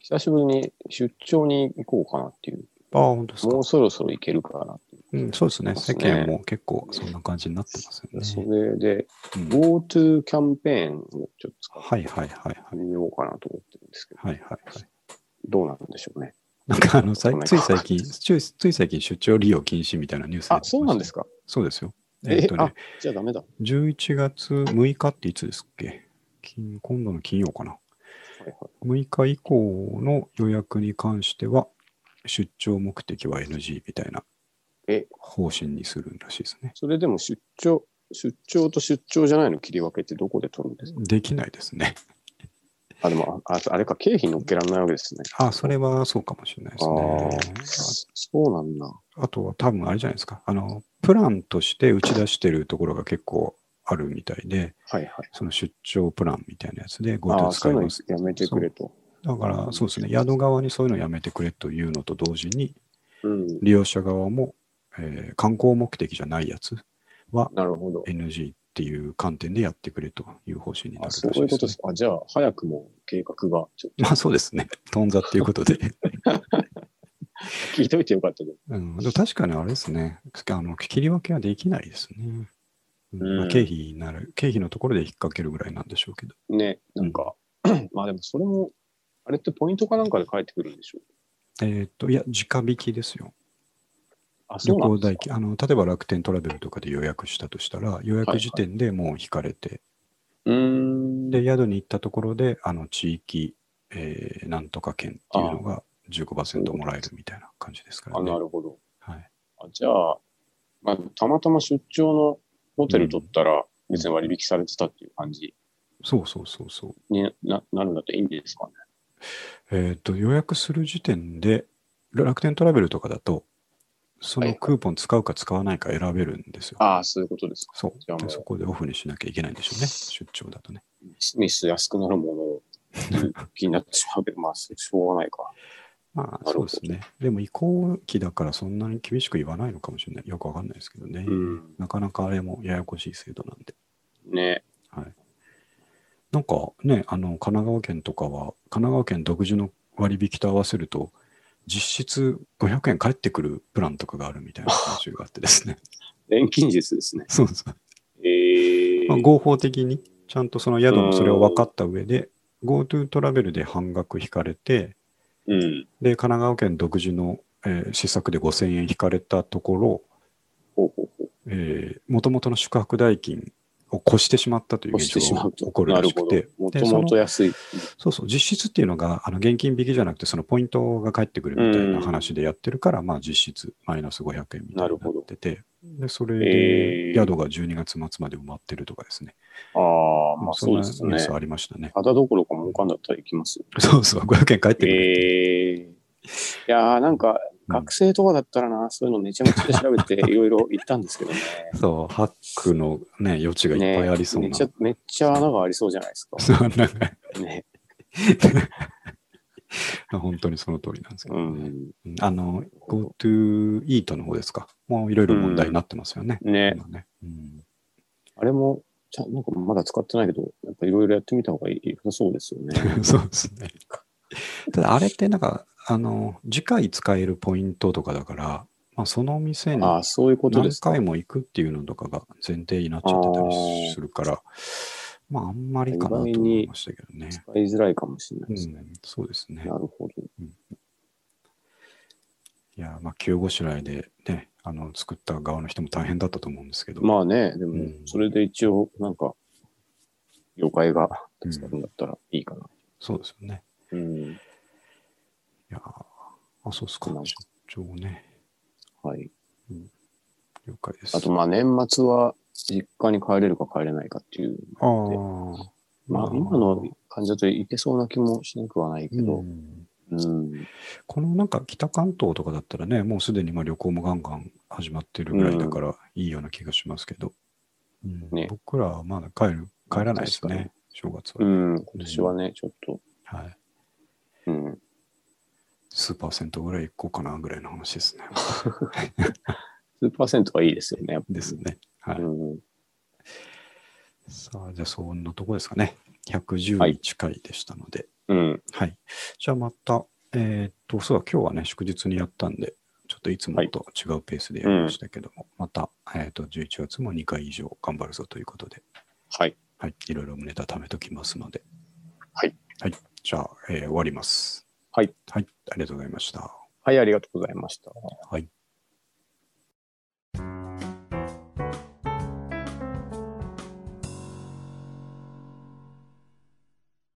Speaker 1: 久しぶりに出張に行こうかなっていう。
Speaker 2: あ、本当ですか
Speaker 1: もう、そろそろ行けるかなっていう。
Speaker 2: うん。そうですね。
Speaker 1: そ
Speaker 2: 世
Speaker 1: うですね
Speaker 2: 間も結構そんな感じになってます
Speaker 1: そ
Speaker 2: よね。
Speaker 1: れで、
Speaker 2: うん
Speaker 1: GoTo キャンペーンをちょっと使っ
Speaker 2: はいはいはいはい。
Speaker 1: てみようかなと思ってるんですけど、
Speaker 2: はいはいはい。
Speaker 1: どうなるんでしょうね。
Speaker 2: なんかあの、さい
Speaker 1: ごめん
Speaker 2: つい最近、ついつい最近出張利用禁止みたいなニュース
Speaker 1: あ、そうなんです
Speaker 2: か
Speaker 1: か。
Speaker 2: そうですよ。
Speaker 1: え
Speaker 2: えっと
Speaker 1: あ
Speaker 2: ね、、
Speaker 1: じゃあダメだ。はい
Speaker 2: 11月6日っていつですっけ金今度の金曜かな。
Speaker 1: はい、
Speaker 2: 6日以降の予約に関しては、出張目的は NG みたいな
Speaker 1: え
Speaker 2: 方針にするらしいですね。
Speaker 1: それでも出張、出張と出張じゃないの切り分けってどこで取るんですか
Speaker 2: できないですね。
Speaker 1: あ、でも、あああれか、経費乗っけられないわけですね。
Speaker 2: あ、それはそうかもしれない
Speaker 1: あ
Speaker 2: で
Speaker 1: あ
Speaker 2: すね。
Speaker 1: そうなんだ。
Speaker 2: ああとは多分あれじゃないですか。あの、プランとして打ち出してるところが結構あるみたいで、
Speaker 1: はいはい。
Speaker 2: その出張プランみたいなやつで
Speaker 1: あ
Speaker 2: GoTo
Speaker 1: あ、そ
Speaker 2: 使
Speaker 1: う
Speaker 2: い
Speaker 1: いうの
Speaker 2: ます。
Speaker 1: やめてくれと。
Speaker 2: だから、そうですね。宿側にそういうのやめてくれというのと同時に、
Speaker 1: うん。
Speaker 2: 利用者側も、えー観光目的じゃないやつは
Speaker 1: なるほど。
Speaker 2: NG っていう観点でやってくれという方針になる
Speaker 1: あ
Speaker 2: らし
Speaker 1: そういう
Speaker 2: です
Speaker 1: こと
Speaker 2: ね
Speaker 1: ですか。あじゃあ、早くも計画が、ちょっ
Speaker 2: まあそうですね。頓挫っていうことで。
Speaker 1: と聞いといてよかったけど。
Speaker 2: うん、でも確かにあれですね。あの切り分けはできないですね。うんま
Speaker 1: う
Speaker 2: あ、
Speaker 1: ん
Speaker 2: 経費になる、経費のところで引っ掛けるぐらいなんでしょうけど。
Speaker 1: ね、なんか、 まあでもそれも、あれってポイントかなんかで返ってくるんでしょう。
Speaker 2: えーっと、いや、直引きですよ。
Speaker 1: あ、そ
Speaker 2: 旅
Speaker 1: うなん
Speaker 2: 行
Speaker 1: です
Speaker 2: 代
Speaker 1: か。
Speaker 2: 金。あの、例えば楽天トラベルとかで予約したとしたら、予約時点でもう引かれて、
Speaker 1: うーん。
Speaker 2: で、宿に行ったところで、あの、地域、えーなんとか券っていうのが15%もらえるみたいな感じですから
Speaker 1: あ、
Speaker 2: ね。
Speaker 1: なるほど。
Speaker 2: はい、
Speaker 1: あじゃあ、まあ、たまたま出張のホテル取ったら、別に割引されてたっていう感じ
Speaker 2: そうそうそうそう。
Speaker 1: にななるんだといいんですかね。
Speaker 2: えっ、と、予約する時点で、楽天トラベルとかだと、そ
Speaker 1: は
Speaker 2: の
Speaker 1: い
Speaker 2: クーポン使うか使わないか選べるんですよ。
Speaker 1: ああ、そういうことですか。
Speaker 2: そ
Speaker 1: じゃ
Speaker 2: う。
Speaker 1: あも
Speaker 2: で
Speaker 1: う
Speaker 2: そこでオフにしなきゃいけないんでしょうね。出張だとね。
Speaker 1: スミス安くなるもの を気になってしまうけど、まあ、しょうがないか。
Speaker 2: まあ、
Speaker 1: なる
Speaker 2: そ
Speaker 1: ほ
Speaker 2: う
Speaker 1: ど
Speaker 2: ですね。でも移行期だからそんなに厳しく言わないのかもしれない。よくわかんないですけどね。
Speaker 1: うん
Speaker 2: なかなかあれもややこしい制度なんで。
Speaker 1: ね。
Speaker 2: なんかね、あの、神奈川県とかは、神奈川県独自の割引と合わせると、実質500円返ってくるプランとかがあるみたいな話があってです ね。
Speaker 1: 錬金術ですね。
Speaker 2: そうそう。
Speaker 1: ええ
Speaker 2: まあ、合法的に、ちゃんとその宿もそれを分かった上で、GoTo トラベルで半額引かれて、
Speaker 1: うん。
Speaker 2: で、神奈川県独自の、えー施策で5000円引かれたところ、
Speaker 1: ほうほうほう。
Speaker 2: えー、元々の宿泊代金を越してしまったという
Speaker 1: 押し
Speaker 2: 現
Speaker 1: てし
Speaker 2: 象
Speaker 1: ま
Speaker 2: が
Speaker 1: う
Speaker 2: 起
Speaker 1: と。
Speaker 2: こる
Speaker 1: な
Speaker 2: ら
Speaker 1: る
Speaker 2: し
Speaker 1: ほ
Speaker 2: く
Speaker 1: ど
Speaker 2: て。、
Speaker 1: も
Speaker 2: で
Speaker 1: とも
Speaker 2: そ
Speaker 1: と安い。
Speaker 2: そうそう、実質っていうのが、あの現金引きじゃなくて、そのポイントが返ってくるみたいな話でやってるから、まあ実質マイナス500円みたいになってて、で、それ
Speaker 1: え
Speaker 2: で
Speaker 1: ー
Speaker 2: 宿が12月末まで埋まってるとかですね。
Speaker 1: ああ、まあ
Speaker 2: そん
Speaker 1: そう
Speaker 2: な
Speaker 1: で
Speaker 2: ニ
Speaker 1: す
Speaker 2: ュー
Speaker 1: ね
Speaker 2: ス。ありましたね。
Speaker 1: ただどころか儲かんだったら行きますよ。
Speaker 2: そうそう、500円返ってくる。
Speaker 1: ええいやーなんか学生とかだったらな、そういうのめちゃめちゃ 調べていろいろ行ったんですけどね。
Speaker 2: そう、ハックのね、余地がいっぱいありそうな。
Speaker 1: ねめっちゃ、めっちゃ穴がありそうじゃないです
Speaker 2: そうなんか
Speaker 1: か。ね。
Speaker 2: 本当にその通りなんですけど
Speaker 1: う
Speaker 2: ね。
Speaker 1: ん。
Speaker 2: あの、GoTo イートの方ですか。もういろいろ問題になってますよね。
Speaker 1: ね。
Speaker 2: 今ねうん
Speaker 1: あれも、ちゃんなんかまだ使ってないけど、やっぱいろいろやってみた方がいい良さそうですよね。
Speaker 2: そうですね。ただ、あれってなんか、あの、次回使えるポイントとかだから、まあ、その店に
Speaker 1: ああ、そういうことで
Speaker 2: 何
Speaker 1: すか。
Speaker 2: 回も行くっていうのとかが前提になっちゃってたりするから、まあ、あんまりかなと
Speaker 1: 意外に
Speaker 2: 思いましたけどね。
Speaker 1: 使いづらいかもしれないですね。
Speaker 2: うんそうですね。
Speaker 1: なるほど。
Speaker 2: いや、まあ、急ごしらえでね、あの、作った側の人も大変だったと思うんですけど、
Speaker 1: まあね、で
Speaker 2: う
Speaker 1: も
Speaker 2: ん、
Speaker 1: それで一応、なんか、業界が助かるんだったらいいかな。
Speaker 2: そうですよね。
Speaker 1: うん。
Speaker 2: いやー、あ、そうですか
Speaker 1: なん。か
Speaker 2: 出張ね。
Speaker 1: はい。
Speaker 2: 了解です。
Speaker 1: あと、まあ、年末は、実家に帰れるか帰れないかっていう。
Speaker 2: あー
Speaker 1: まあ
Speaker 2: う、ん
Speaker 1: 今の感じだといけそうな気もしなくはないけ
Speaker 2: う
Speaker 1: ど。
Speaker 2: ん
Speaker 1: うん。
Speaker 2: このなんか北関東とかだったらね、もうすでにまあ旅行もガンガン始まってるぐらいだからいいような気がしますけど、うん
Speaker 1: ね
Speaker 2: 僕らはまだ帰る、帰らないですね、正月
Speaker 1: う
Speaker 2: は、
Speaker 1: ん。今年はね、ちょっと、
Speaker 2: はい。
Speaker 1: うん。
Speaker 2: スーパー銭湯ぐらい行こうかなぐらいの話 ですね。
Speaker 1: 数パーセントはいいですよね、やっぱり
Speaker 2: です。ね。はい。
Speaker 1: うん。
Speaker 2: さあ、じゃあそんなとこですかね。111回でしたので、
Speaker 1: うん。
Speaker 2: はい。じゃあまた、えーっと、そうだ、今日はね、祝日にやったんで、ちょっといつもと違うペースでやりましたけども、また、えーっと、11月も2回以上頑張るぞということで、
Speaker 1: はい。
Speaker 2: はい。いろいろネタ貯めときますので。
Speaker 1: はい。
Speaker 2: はい。じゃあ、えー終わります。
Speaker 1: はい。
Speaker 2: はい、ありがとうございました。
Speaker 1: はい、ありがとうございました。
Speaker 2: はい。